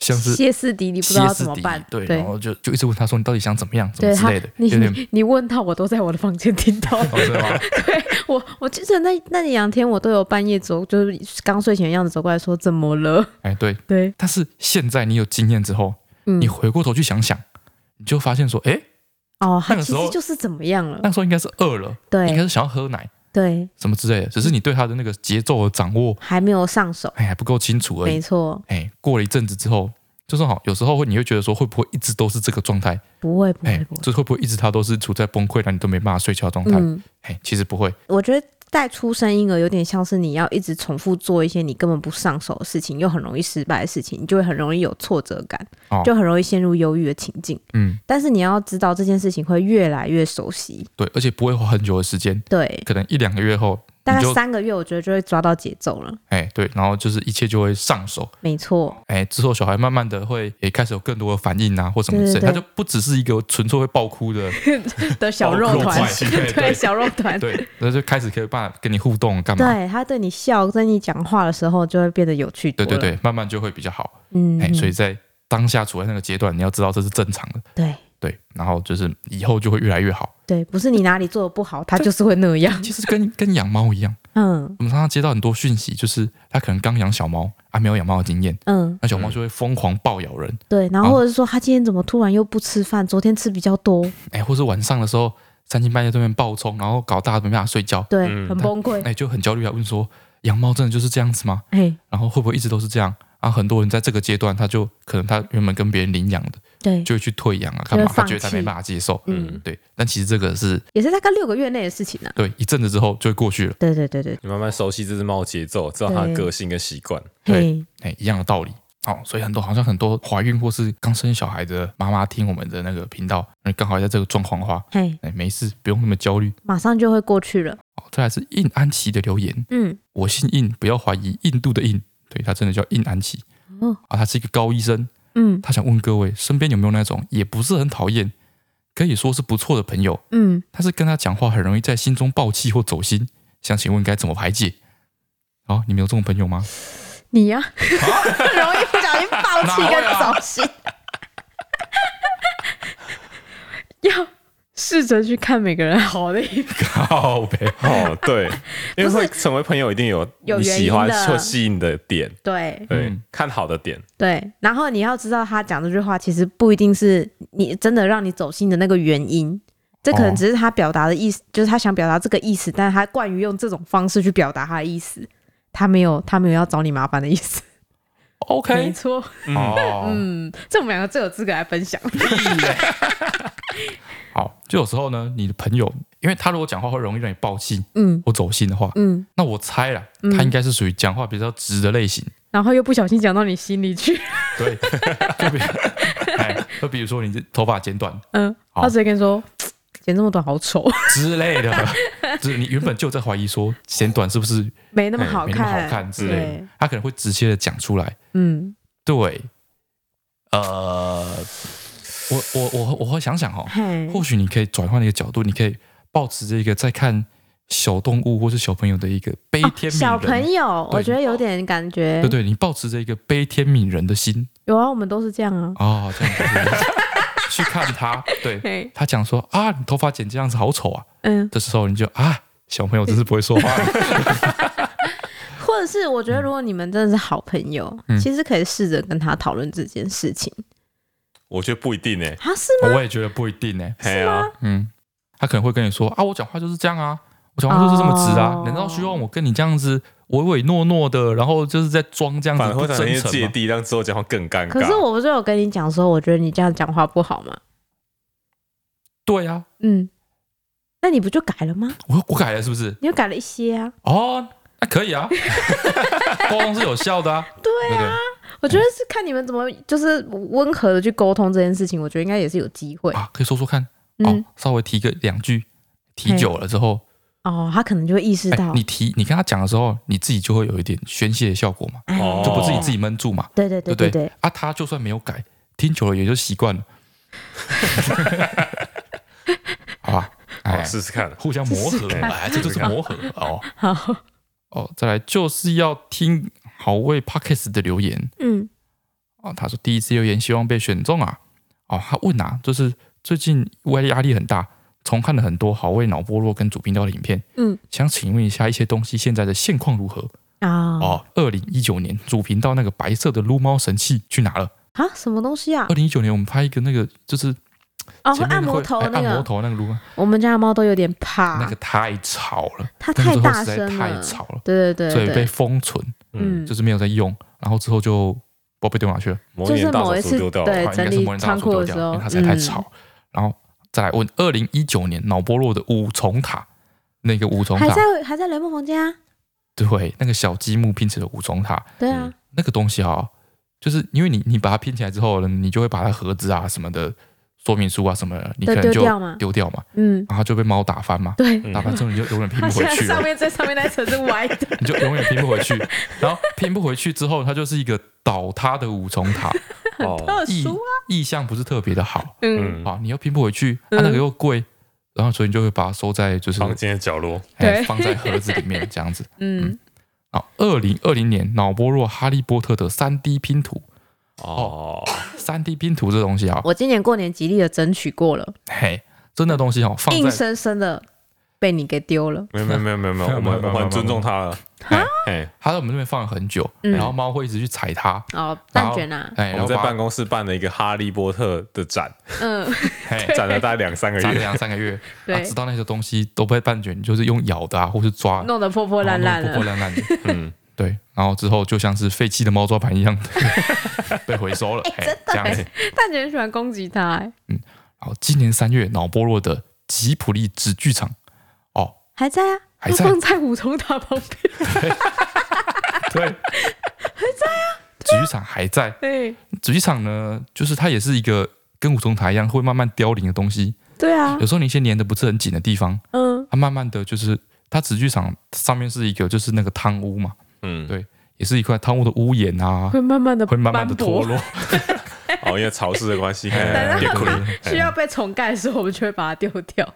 像是歇斯底嗯里，不知道歇要斯怎么底办里。对，然对，后就就一直问他说你到底想怎么样，怎对么之他类的，，你有 [LAUGHS] 点你你问到我都在我的房间听到。哦，真的吗？对 [LAUGHS] 我，我记得那那两天我都有半夜走，就是刚睡醒的样子走过来说怎么了？哎，对。对，但是现在你有经验之后，嗯你，回过头去想想，你就发现说，哎，哦，他那个其时候实就是怎么样了那？时候应该是饿了，应该对是想要喝奶对，什么之类的，只是你对他的那个节奏的掌握，还没有上手，哎，还不够清楚而没已。错，哎，过了一阵子之后，就是好，有时候会你会觉得说，会不会一直都是这个状态？不会不哎会不，会，这会不会一直他都是处在崩溃，让你都没办法睡觉的状态？嗯，哎，其实不会，我觉得。带出生婴儿有点像是你要一直重复做一些你根本不上手的事情，又很容易失败的事情，你就会很容易有挫折感，哦就很容易陷入忧郁的情境。嗯，但是你要知道这件事情会越来越熟悉，对，而且不会花很久的时间，对，可能一两个月后，大你就概三个月，我觉得就会抓到节奏了。哎，对，然后就是一切就会上手，没错，哎，之后小孩慢慢的会也开始有更多的反应啊，或什么之类，对对对他就不只是一个纯粹会爆哭的，的小哦肉肉团 [LAUGHS] 块，对对小肉团，对，那就开始可以办法跟你互动干嘛？对他对你笑，跟你讲话的时候，就会变得有趣多对了。对对，慢慢就会比较好。嗯，哎，嗯，所以在当下处在那个阶段，你要知道这是正常的，对对，然后就是以后就会越来越好。对，不是你哪里做的不好，他就是会那样。其实跟跟养猫一样，嗯我们常常接到很多讯息，就是他可能刚养小猫啊，没有养猫的经验，嗯，那小猫就会疯狂暴咬人，对，然好后或者是说他今天怎么突然又不吃饭，昨天吃比较多，哎，或是晚上的时候三更半夜对面暴冲，然后搞大家没办法睡觉，对，嗯很崩溃。哎，就很焦虑啊，问说养猫真的就是这样子吗？哎，然后会不会一直都是这样？啊，很多人在这个阶段，他就可能他原本跟别人领养的，对，就会去退养啊，干嘛？就会他放觉得他弃没办法接受，嗯对。但其实这个是也是大概六个月内的事情啊。对一阵子之后就会过去了，对对对对，你慢慢熟悉这只猫的节奏，知道它的个性跟 [LAUGHS] 习惯。嘿，哎，一样的道理。哦，所以很多好像很多怀孕或是刚生小孩的妈妈听我们的那个频道，那刚好在这个状况的话，嘿，哎，没事，不用那么焦虑。马上就会过去了。哦，再来是印安琪的留言，嗯，我姓印，不要怀疑印度的印，对他真的叫印安琪。哦，啊，他是一个高医生，嗯他想问各位身边有没有那种也不是很讨厌，可以说是不错的朋友，嗯，但是跟他讲话很容易在心中爆气或走心，想请问该怎么排解？哦，你们有这种朋友吗？你呀、很 [LAUGHS] 容易不小心暴气跟走心。 [LAUGHS] 要试着去看每个人好的一面，靠呗，哦， [LAUGHS] 对，因为不是会成为朋友，一定有有你喜欢原因的或吸引的点， [LAUGHS] 对对嗯，看好的点，对。然后你要知道，他讲这句话其实不一定是你真的让你走心的那个原因，这可能哦只是他表达的意思，就是他想表达这个意思，但是他惯于用这种方式去表达他的意思，他没有他没有要找你麻烦的意思。 [LAUGHS] 没，OK，错，哦，嗯，这我们两个最有资格来分享。好，就有时候呢，你的朋友，因为他如果讲话会容易让你爆气嗯或走心的话，嗯，那我猜啦，嗯他应该是属于讲话比较直的类型，然后又不小心讲到你心里去。 [LAUGHS] 对，就比，哎，就比如说你这头发剪短嗯，好他直接跟你说嘖剪这么短好丑，之类的，就是你原本就在怀疑说剪短是不是 [LAUGHS] 没那么哎好没那看，么好看之类的对，，他可能会直接的讲出来。嗯，对，呃，我我我我会想想 [LAUGHS] 哦，嘿，或许你可以转换一个角度，你可以保持这个在看小动物或是小朋友的一个悲哦天悯人，小朋友，对我觉得有点感觉对，对，你保持着一个悲天悯人的心有啊，我们都是这样啊，哦，这样子 [LAUGHS] 去看他，对嘿，他讲说啊，你头发剪这样子好丑啊，嗯，这时候你就啊，小朋友真是不会 [LAUGHS] 说话，或者是我觉得如果你们真的是好朋友，嗯其实可以试着跟他讨论这件事情我觉得不一定诶。啊，是吗？我也觉得不一定呢、欸是啊，嗯，他可能会跟你说啊，我讲话就是这样啊，我讲话就是这么直啊，哦难道需要我跟你这样子唯唯诺诺的，然后就是在装这样子反而不会产生一真些诚芥吗？蒂，让之后讲话更尴尬。可是我不是有跟你讲说，我觉得你这样讲话不好吗？对啊，嗯，那你不就改了吗？我我改了是不是？你又改了一些啊，哦，那可以啊，沟通是有效的啊，对啊，我觉得是看你们怎么就是温和的去沟通这件事情，我觉得应该也是有机会。啊，可以说说看，嗯哦，稍微提个两句，提久了之后，哦，他可能就会意识哎到，，你提你跟他讲的时候，你自己就会有一点宣泄的效果嘛，哎哦就不是你自己闷住嘛，对对对对不对？对对，啊，他就算没有改，听久了也就习惯了， [LAUGHS] 好吧，哎好，试试看。互相磨合试试，看哎，这就是磨合哦 [LAUGHS] 好，哦，再来就是要听好味 Pockets 的留言嗯，哦，他说第一次留言希望被选中啊，哦，他问啊，就是最近外力压力很大，重看了很多好味脑波弱跟主频道的影片，嗯，想请问一下一些东西现在的现况如何？啊哦，二零一九年主频道那个白色的撸猫神器去哪了？啊，什么东西啊二？零一九年我们拍一个那个就是哦，会呃前面按摩头哎那按摩个，头那个撸猫，我们家的猫都有点怕那个，太吵了，它啊太那个时候大实在声太了，吵了，对对所对以被对，封存。嗯，嗯就，是没有在用，然后之后就不知道被丢哪去了，某一就年是大某扫一除次丢掉了，对好应整该是理摩人大仓扫除库丢的掉时了，因候为，它实在太嗯吵。然后再来问二零一九年脑波弱的五重塔，那个五重还塔，在还在雷梦房间啊，对，那个小积木拼成的五重塔，对啊，那个东西啊、就是因为你你把它拼起来之后呢，你就会把它盒子啊什么的说明书啊什么的，你都可能丢就掉嘛丢掉嘛，嗯，然后就被猫打翻嘛，对，嗯打 [LAUGHS] 翻之后你就永远拼它不现在回去 [LAUGHS] 了上。面最上面那层是歪的，你就永远拼不回去，然后拼不回去之后，它就是一个倒塌的五重 [LAUGHS] 塔，哦，特意殊啊，意向不是特别的好，嗯，嗯，啊，你又拼不回去，啊、嗯那个又贵，然后所以你就会把它收在就是房间的角落，哎对放在盒子里面这样子。嗯，好，二零二零年脑波弱哈利波特的三 D 拼图，哦，三 D 拼图这东西啊，我今年过年极力的争取过了，嘿，真的东西哦，放硬在生生的被你给丢了。没有没有没有没有没有，我没有没有们没有我们很尊重他了，哎哎，它在我们那边放了很久，嗯然后猫会一直去踩它，哦，然蛋后卷啊，哎，我然后们在把它办公室办了一个哈利波特的展，嗯，嘿展了大概两三个砸了月，两三个月，对啊，直到那些东西都被半卷，就是用咬的啊，或是抓，弄得破破烂烂然后弄得破破了。烂烂的，嗯，对，然后之后就像是废弃的猫抓盘一 [LAUGHS] 样被回收了，哎嘿真的这样子哎。蛋卷很喜欢攻击它，哎好，今年三月脑波弱的吉普力纸 [GASPS] 剧场哦，还在啊，还它在放在五重塔旁边。对，还在啊，纸剧场还在。对，纸剧场呢，就是它也是一个跟五重塔一样会慢慢凋零的东西。对啊有，时候你一些粘的不是很紧的地方，嗯，它慢慢的就是它纸剧场上面是一个就是那个汤屋嘛，嗯对，也是一块汤屋的屋檐啊，会慢慢的会慢慢的脱落，哦，因为潮湿的关 [LAUGHS] 系，等哎到变它苦力们 [LAUGHS] 需要被重盖的时候，我们就会把它丢掉。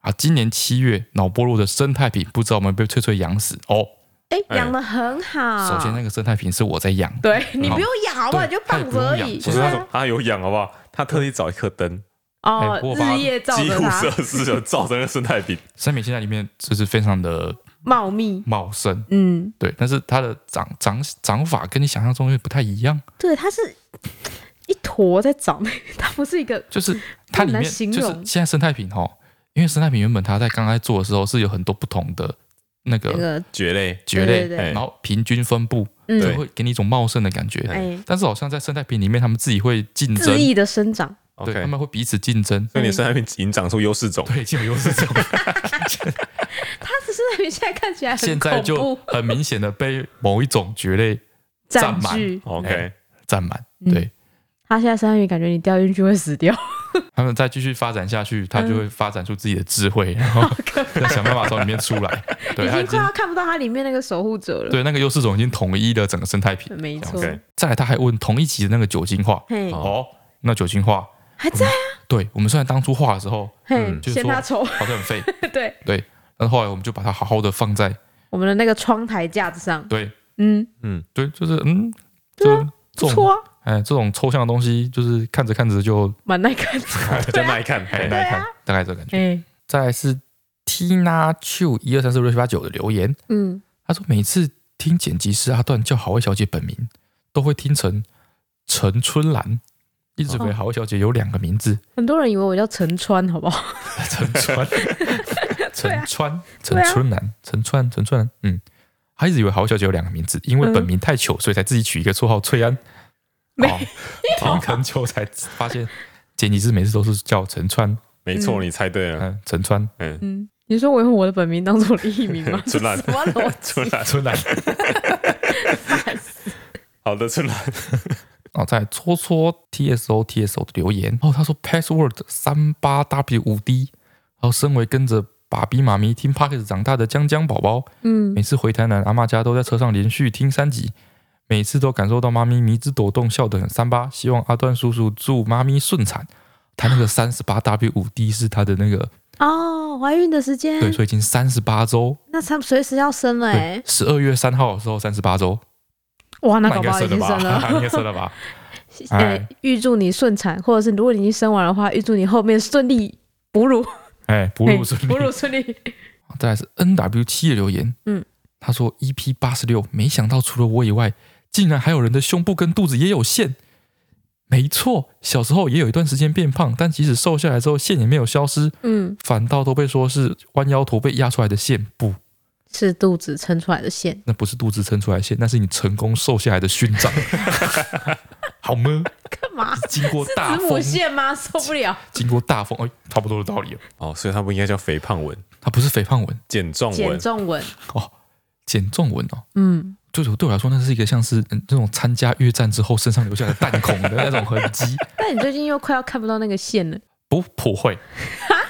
啊，今年七月脑波弱的生态瓶，不知道我们被翠翠养死哦。哎，哎养的很好。首先那个生态瓶是我在养，啊对你不用养好不好？对你就放着而它也不用已。养不其是实他它对说啊他有养好不好？他特地找一颗灯，哦哎不过，把它日夜照几着乎摄它，氏的照着那个生态瓶，生命现在里面就是非常的茂密。茂盛，嗯，对，但是它的长长长法跟你想象中又不太一样，对，它是一坨在长，它不是一个就是它里很面难形就是容现在生态瓶哦，因为生态瓶原本它在刚开始做的时候是有很多不同的那那个个蕨类，对蕨类，对哎对，然后平均分布，嗯，就会给你一种茂盛的感觉。哎，但是好像在生态瓶里面，他们自己会竞争恣，意的生长，对， OK，他们会彼此竞争，所以你的生态瓶已经长出优势种，对，已经有优势种了。它只是你现在看起来很 [LAUGHS] 现在恐就怖很明显的被某一种蕨类占占满据。 OK，占满。嗯对，它现在三鱼感觉你掉进去会死掉，他们再继续发展下去，它就会发展出自己的智慧，然 [LAUGHS] 后再想办法从里面出来。嗯对，已它经快已经要看不到它里面那个守护者了。对那个优势种已经统一了整个生态瓶。没错， OK 再来，他还问同一集的那个酒精化嘿，好哦，那酒精化，还在啊，对我们虽然当初画的时候嘿嗯，嗯就是嫌说它丑，好像很 [LAUGHS] 废，对，对，但后来我们就把它好好的放在我们的那个窗台架子上，对嗯，对，就是嗯，就对啊这不种错啊，哎这种抽象的东西，就是看着看着就蛮耐看 [LAUGHS] 的， [LAUGHS] 再耐看，哎哎来啊看，大概这个感觉。哎，再来是 Tina Chu 一二三四五六七八九的留言，嗯，他说每次听剪辑师阿段叫好味小姐本名，都会听成陈春兰，一直以哦为好味小姐有两个名字， [LAUGHS] 很多人以为我叫陈川，好不好？陈川、陈川、 [LAUGHS] 对陈啊春兰、陈川、陈春兰，嗯。他一直以为好味小姐有两个名字，因为本名太糗，所以才自己取一个绰号翠安。嗯没哦， [LAUGHS] 听很久才发现，剪辑师每次都是叫陈川，没错，你猜对了，嗯，陈川，嗯，？嗯，你说我用我的本名当做我的艺名 [LAUGHS] 吗春兰什么逻春辑？兰，春兰烦死 [LAUGHS] 好的，春兰，哦，再来戳戳 TSO TSO 的留言哦，他说 password 三八 W 五 D，然后身为跟着爸比妈咪听 p o c k e t 长大的江江宝宝，嗯，每次回台南阿妈家都在车上连续听三集，每次都感受到妈咪迷之抖动，笑得很三八。希望阿段叔叔祝妈咪顺产。他那个三十八 W 五 D 是他的那个哦，怀孕的时间，对，所以已经三十八周，那他随时要生了对哎，，十二月三号的时候三十八周，哇，那 [LAUGHS] 那搞应不该好已生了经吧生？了。应该 [LAUGHS] 生了吧？哎哎，预祝你顺产，或者是如果你已经生完的话，预祝你后面顺利哺乳，哎， [LAUGHS] 哺乳顺利，哺乳顺利。再来是 N W 七的留言，嗯，他说 E P 八十六，没想到除了我以外，竟然还有人的胸部跟肚子也有线。没错，小时候也有一段时间变胖，但即使瘦下来之后，线也没有消失，嗯，反倒都被说是弯腰驼背压出来的线。不，是肚子撑出来的线。那不是肚子撑出来的线，那是你成功瘦下来的勋章。 [LAUGHS] 好吗？干嘛？经过大子母风，线吗？受不了，经过大风，哎，差不多的道理了。哦，所以他不应该叫肥胖纹，它不是肥胖纹，减重减纹，重纹。减重纹哦。嗯，对我对我来说，那是一个像是嗯那种参加越战之后身上留下的弹孔的那种痕迹，但你最近又快要看不到那个线了，不普惠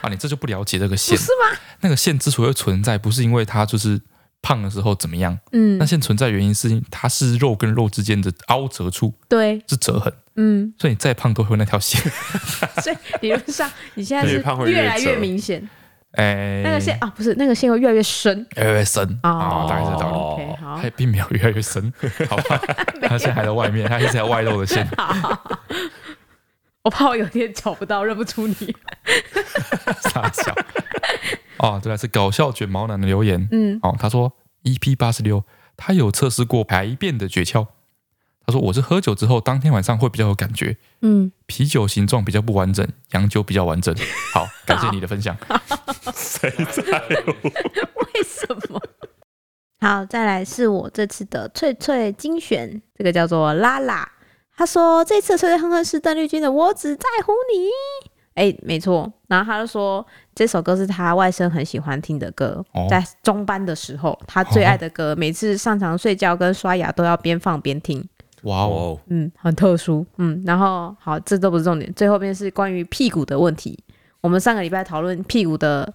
啊！你这就不了解这个不线，是吗？那个线之所以存在，不是因为它就是胖的时候怎么样，嗯那，线存在原因是因为它是肉跟肉之间的凹折处，对，是折痕，嗯，所以你再胖都会有那条线。所以理论上你现在是越胖会越越来越折明显，哎，那个线啊，不是那个线会越来越深越来越深哦啊，大概是这道理。 OK，好还并没有越来越深，好吧？它现在还在外面，它一直在外露的线， [LAUGHS] 我怕我有天找不到，认不出你。 [LAUGHS] 傻笑。哦，对了，是搞笑卷毛男的留言，嗯，哦，他说 EP 八十六，他有测试过排便的诀窍。他说我是喝酒之后，当天晚上会比较有感觉，嗯，啤酒形状比较不完整，洋酒比较完整。 [LAUGHS] 好，感谢你的分享。谁在乎？为什么？ [LAUGHS] 好，再来是我这次的翠翠精选，这个叫做拉拉。他说这次翠翠哼哼是邓丽君的《我只在乎你》。哎，没错。然后他就说这首歌是他外甥很喜欢听的歌，哦在中班的时候他最爱的歌，每次上床睡觉跟刷牙都要边放边听。哇哦，哦，嗯，很特殊。嗯，然后好，这都不是重点，最后面是关于屁股的问题。我们上个礼拜讨论屁股的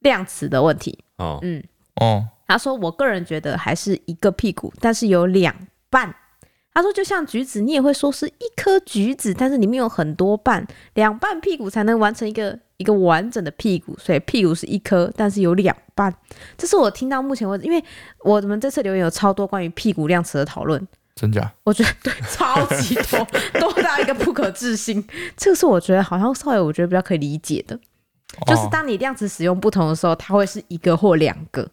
量词的问题。哦，嗯，哦，他说我个人觉得还是一个屁股，但是有两半。他说就像橘子，你也会说是一颗橘子，但是里面有很多瓣，两半屁股才能完成一个一个完整的屁股，所以屁股是一颗，但是有两半。这是我听到目前为止，因为我们这次留言有超多关于屁股量词的讨论，真假？我觉得对，超级多，多到一个不可置信。这个是我觉得好像稍微我觉得比较可以理解的，就是哦当你量词使用不同的时候，它会是一个或两个，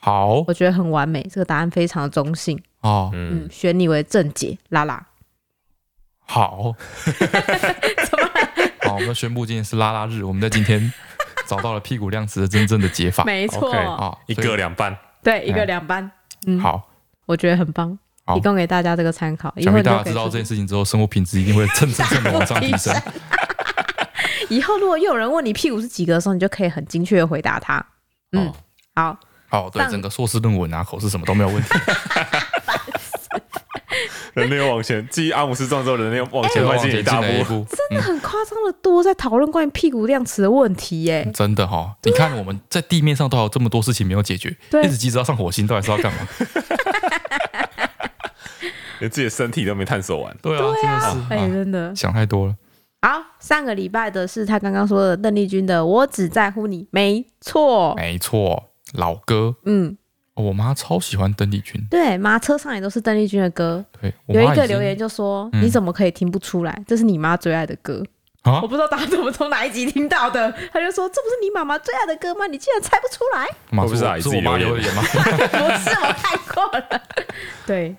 好我觉得很完美。这个答案非常的中性，哦，嗯嗯，，选你为正解，拉拉。好。 [LAUGHS] 哦怎么了？好，我们宣布今天是拉拉日，我们在今天找到了屁股量词的真正的解法没错 OK，啊，一所个以两半，对，一哎个两班，嗯好。我觉得很棒，好提供给大家这个参考。以想后必你就大家可知以道出这件事情之后，生活品质一定会蹭蹭蹭的往上提升。 [LAUGHS] 以后如果又有人问你屁股是几个的时候，你就可以很精确的回答他。嗯，哦好，好，对，上整个硕士论文啊、口试什么都没 [LAUGHS] 有问题。人类又往前，继阿姆斯壮之后，人类又哎往前迈往进一前大进了一步。步，真的很夸张的多在讨论关于屁股量词的问题耶、真的哈、你看我们在地面上都还有这么多事情没有解决，对一直急着要上火星，到底是要干 [LAUGHS] 嘛？连自己的身体都没探索完。对啊，哎、真的是、真的啊、。想太多了。好，上个礼拜的是他刚刚说的邓丽君的《我只在乎你》，没错。没错，老歌，嗯，哦我妈超喜欢邓丽君，对，妈车上也都是邓丽君的歌。对我有妈一个已经留言就说：“嗯你怎么可以听不出来？这是你妈最爱的歌。啊我，不知道大家怎么从哪一集听到的。 [LAUGHS] 他就说：“这不是你妈妈最爱的歌吗？你竟然猜不出来妈会不会是是我阿姨是自我己妈留留的言言吗？？” [LAUGHS] 不是，我看过了。 [LAUGHS] 对，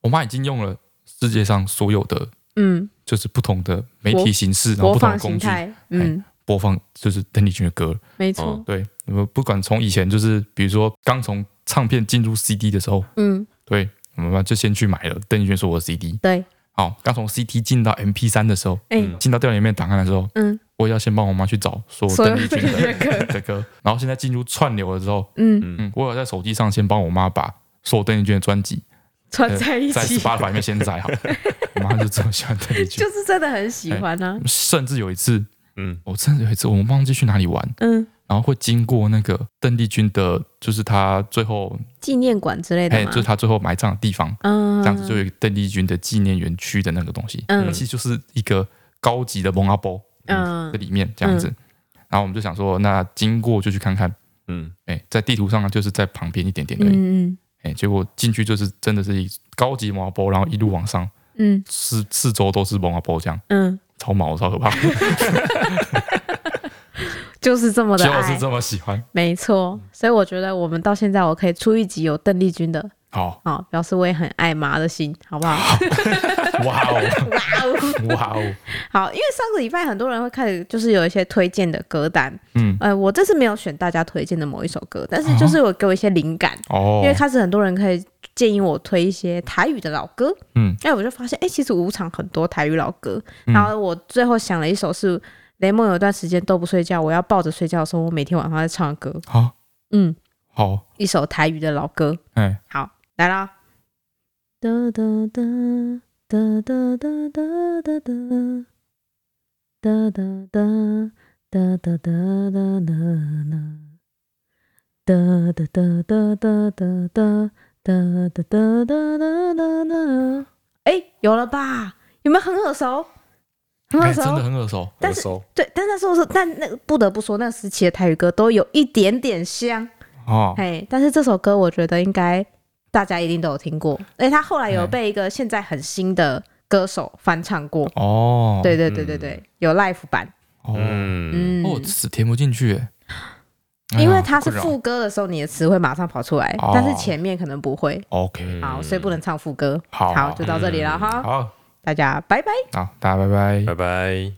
我妈已经用了世界上所有的嗯，就是不同的媒体形式，然后播不同放的形工具哎态，嗯，播放就是邓丽君的歌，没错，哦对，你们不管从以前就是，比如说刚从唱片进入 CD 的时候，嗯，对，我们就先去买了邓丽君说我的 CD。对，好，刚从 CD 进到 MP 3的时候，哎、嗯进到调里面档案的时候，嗯，我也要先帮我妈去找所有所有邓丽君邓丽君的 [LAUGHS] 的的歌，然后现在进入串流了之后， [LAUGHS] 嗯，嗯，我有在手机上先帮我妈把所有邓丽君的专辑串在一在起， Spotify 里面 [LAUGHS] 先载好，我妈就这么喜欢邓丽君就。是真的很喜欢啊。甚至有一次，嗯，我真的有一次，我忘记去哪里玩，嗯，然后会经过那个邓丽君的，就是她最后，纪念馆之类的哎，嘛就是，她最后埋葬的地方，嗯，这样子就有一个邓丽君的纪念园区的那个东西，嗯那其实就是一个高级的蒙阿波嗯的里面这样子。然后我们就想说，那经过就去看看，嗯，哎，在地图上就是在旁边一点点而已，嗯嗯哎，结果进去就是真的是一高级蒙阿波，然后一路往上，嗯四四周都是蒙阿波这样，嗯，超毛超可怕，就是这么 [LAUGHS] 的就是爱，这么喜欢。没嗯错。所以我觉得我们到现在，我可以出一集有邓丽君的，好，好，表示我也很爱妈的心，好不好？ [LAUGHS] 哇哦， [LAUGHS] 哇哦， [LAUGHS] 好，因为上个礼拜很多人会开始，就是有一些推荐的歌单，嗯，呃，我这次没有选大家推荐的某一首歌，但是就是有给我一些灵感，啊哦因为，开始很多人可以建议我推一些台语的老歌，嗯，哎，我就发现，哎、其实舞场很多台语老歌，然后我最后想了一首是雷蒙有一段时间都不睡觉，我要抱着睡觉的时候，我每天晚上在唱的歌，好，嗯，好，一首台语的老歌，哎，好，来啦，哒哒哒哒哒哒哒哒哒哒哒哒哒哒哒哒哒哒哒哒哒哒哒哒哒哒哒哒哒哒哒。哎，有了吧？有没有很耳熟？很哎耳真的熟。很耳熟，但我是收对，但那时候是，但那个不得不说，那时期的台语歌都有一点点像。哦，哎，但是这首歌我觉得应该大家一定都有听过，而且他后来有哎被一个现在很新的歌手翻唱过。哦，对，对对对对，有 l i f e 版，哦，嗯，嗯，哦，词填不进去，哎因哎为呀它是困扰副歌的时候，你的词会马上跑出来，哦但是前面可能不会。嗯，OK，好，所以不能唱副歌。好嗯就到这里了哈，好，大家拜拜。好，大家拜拜。拜拜。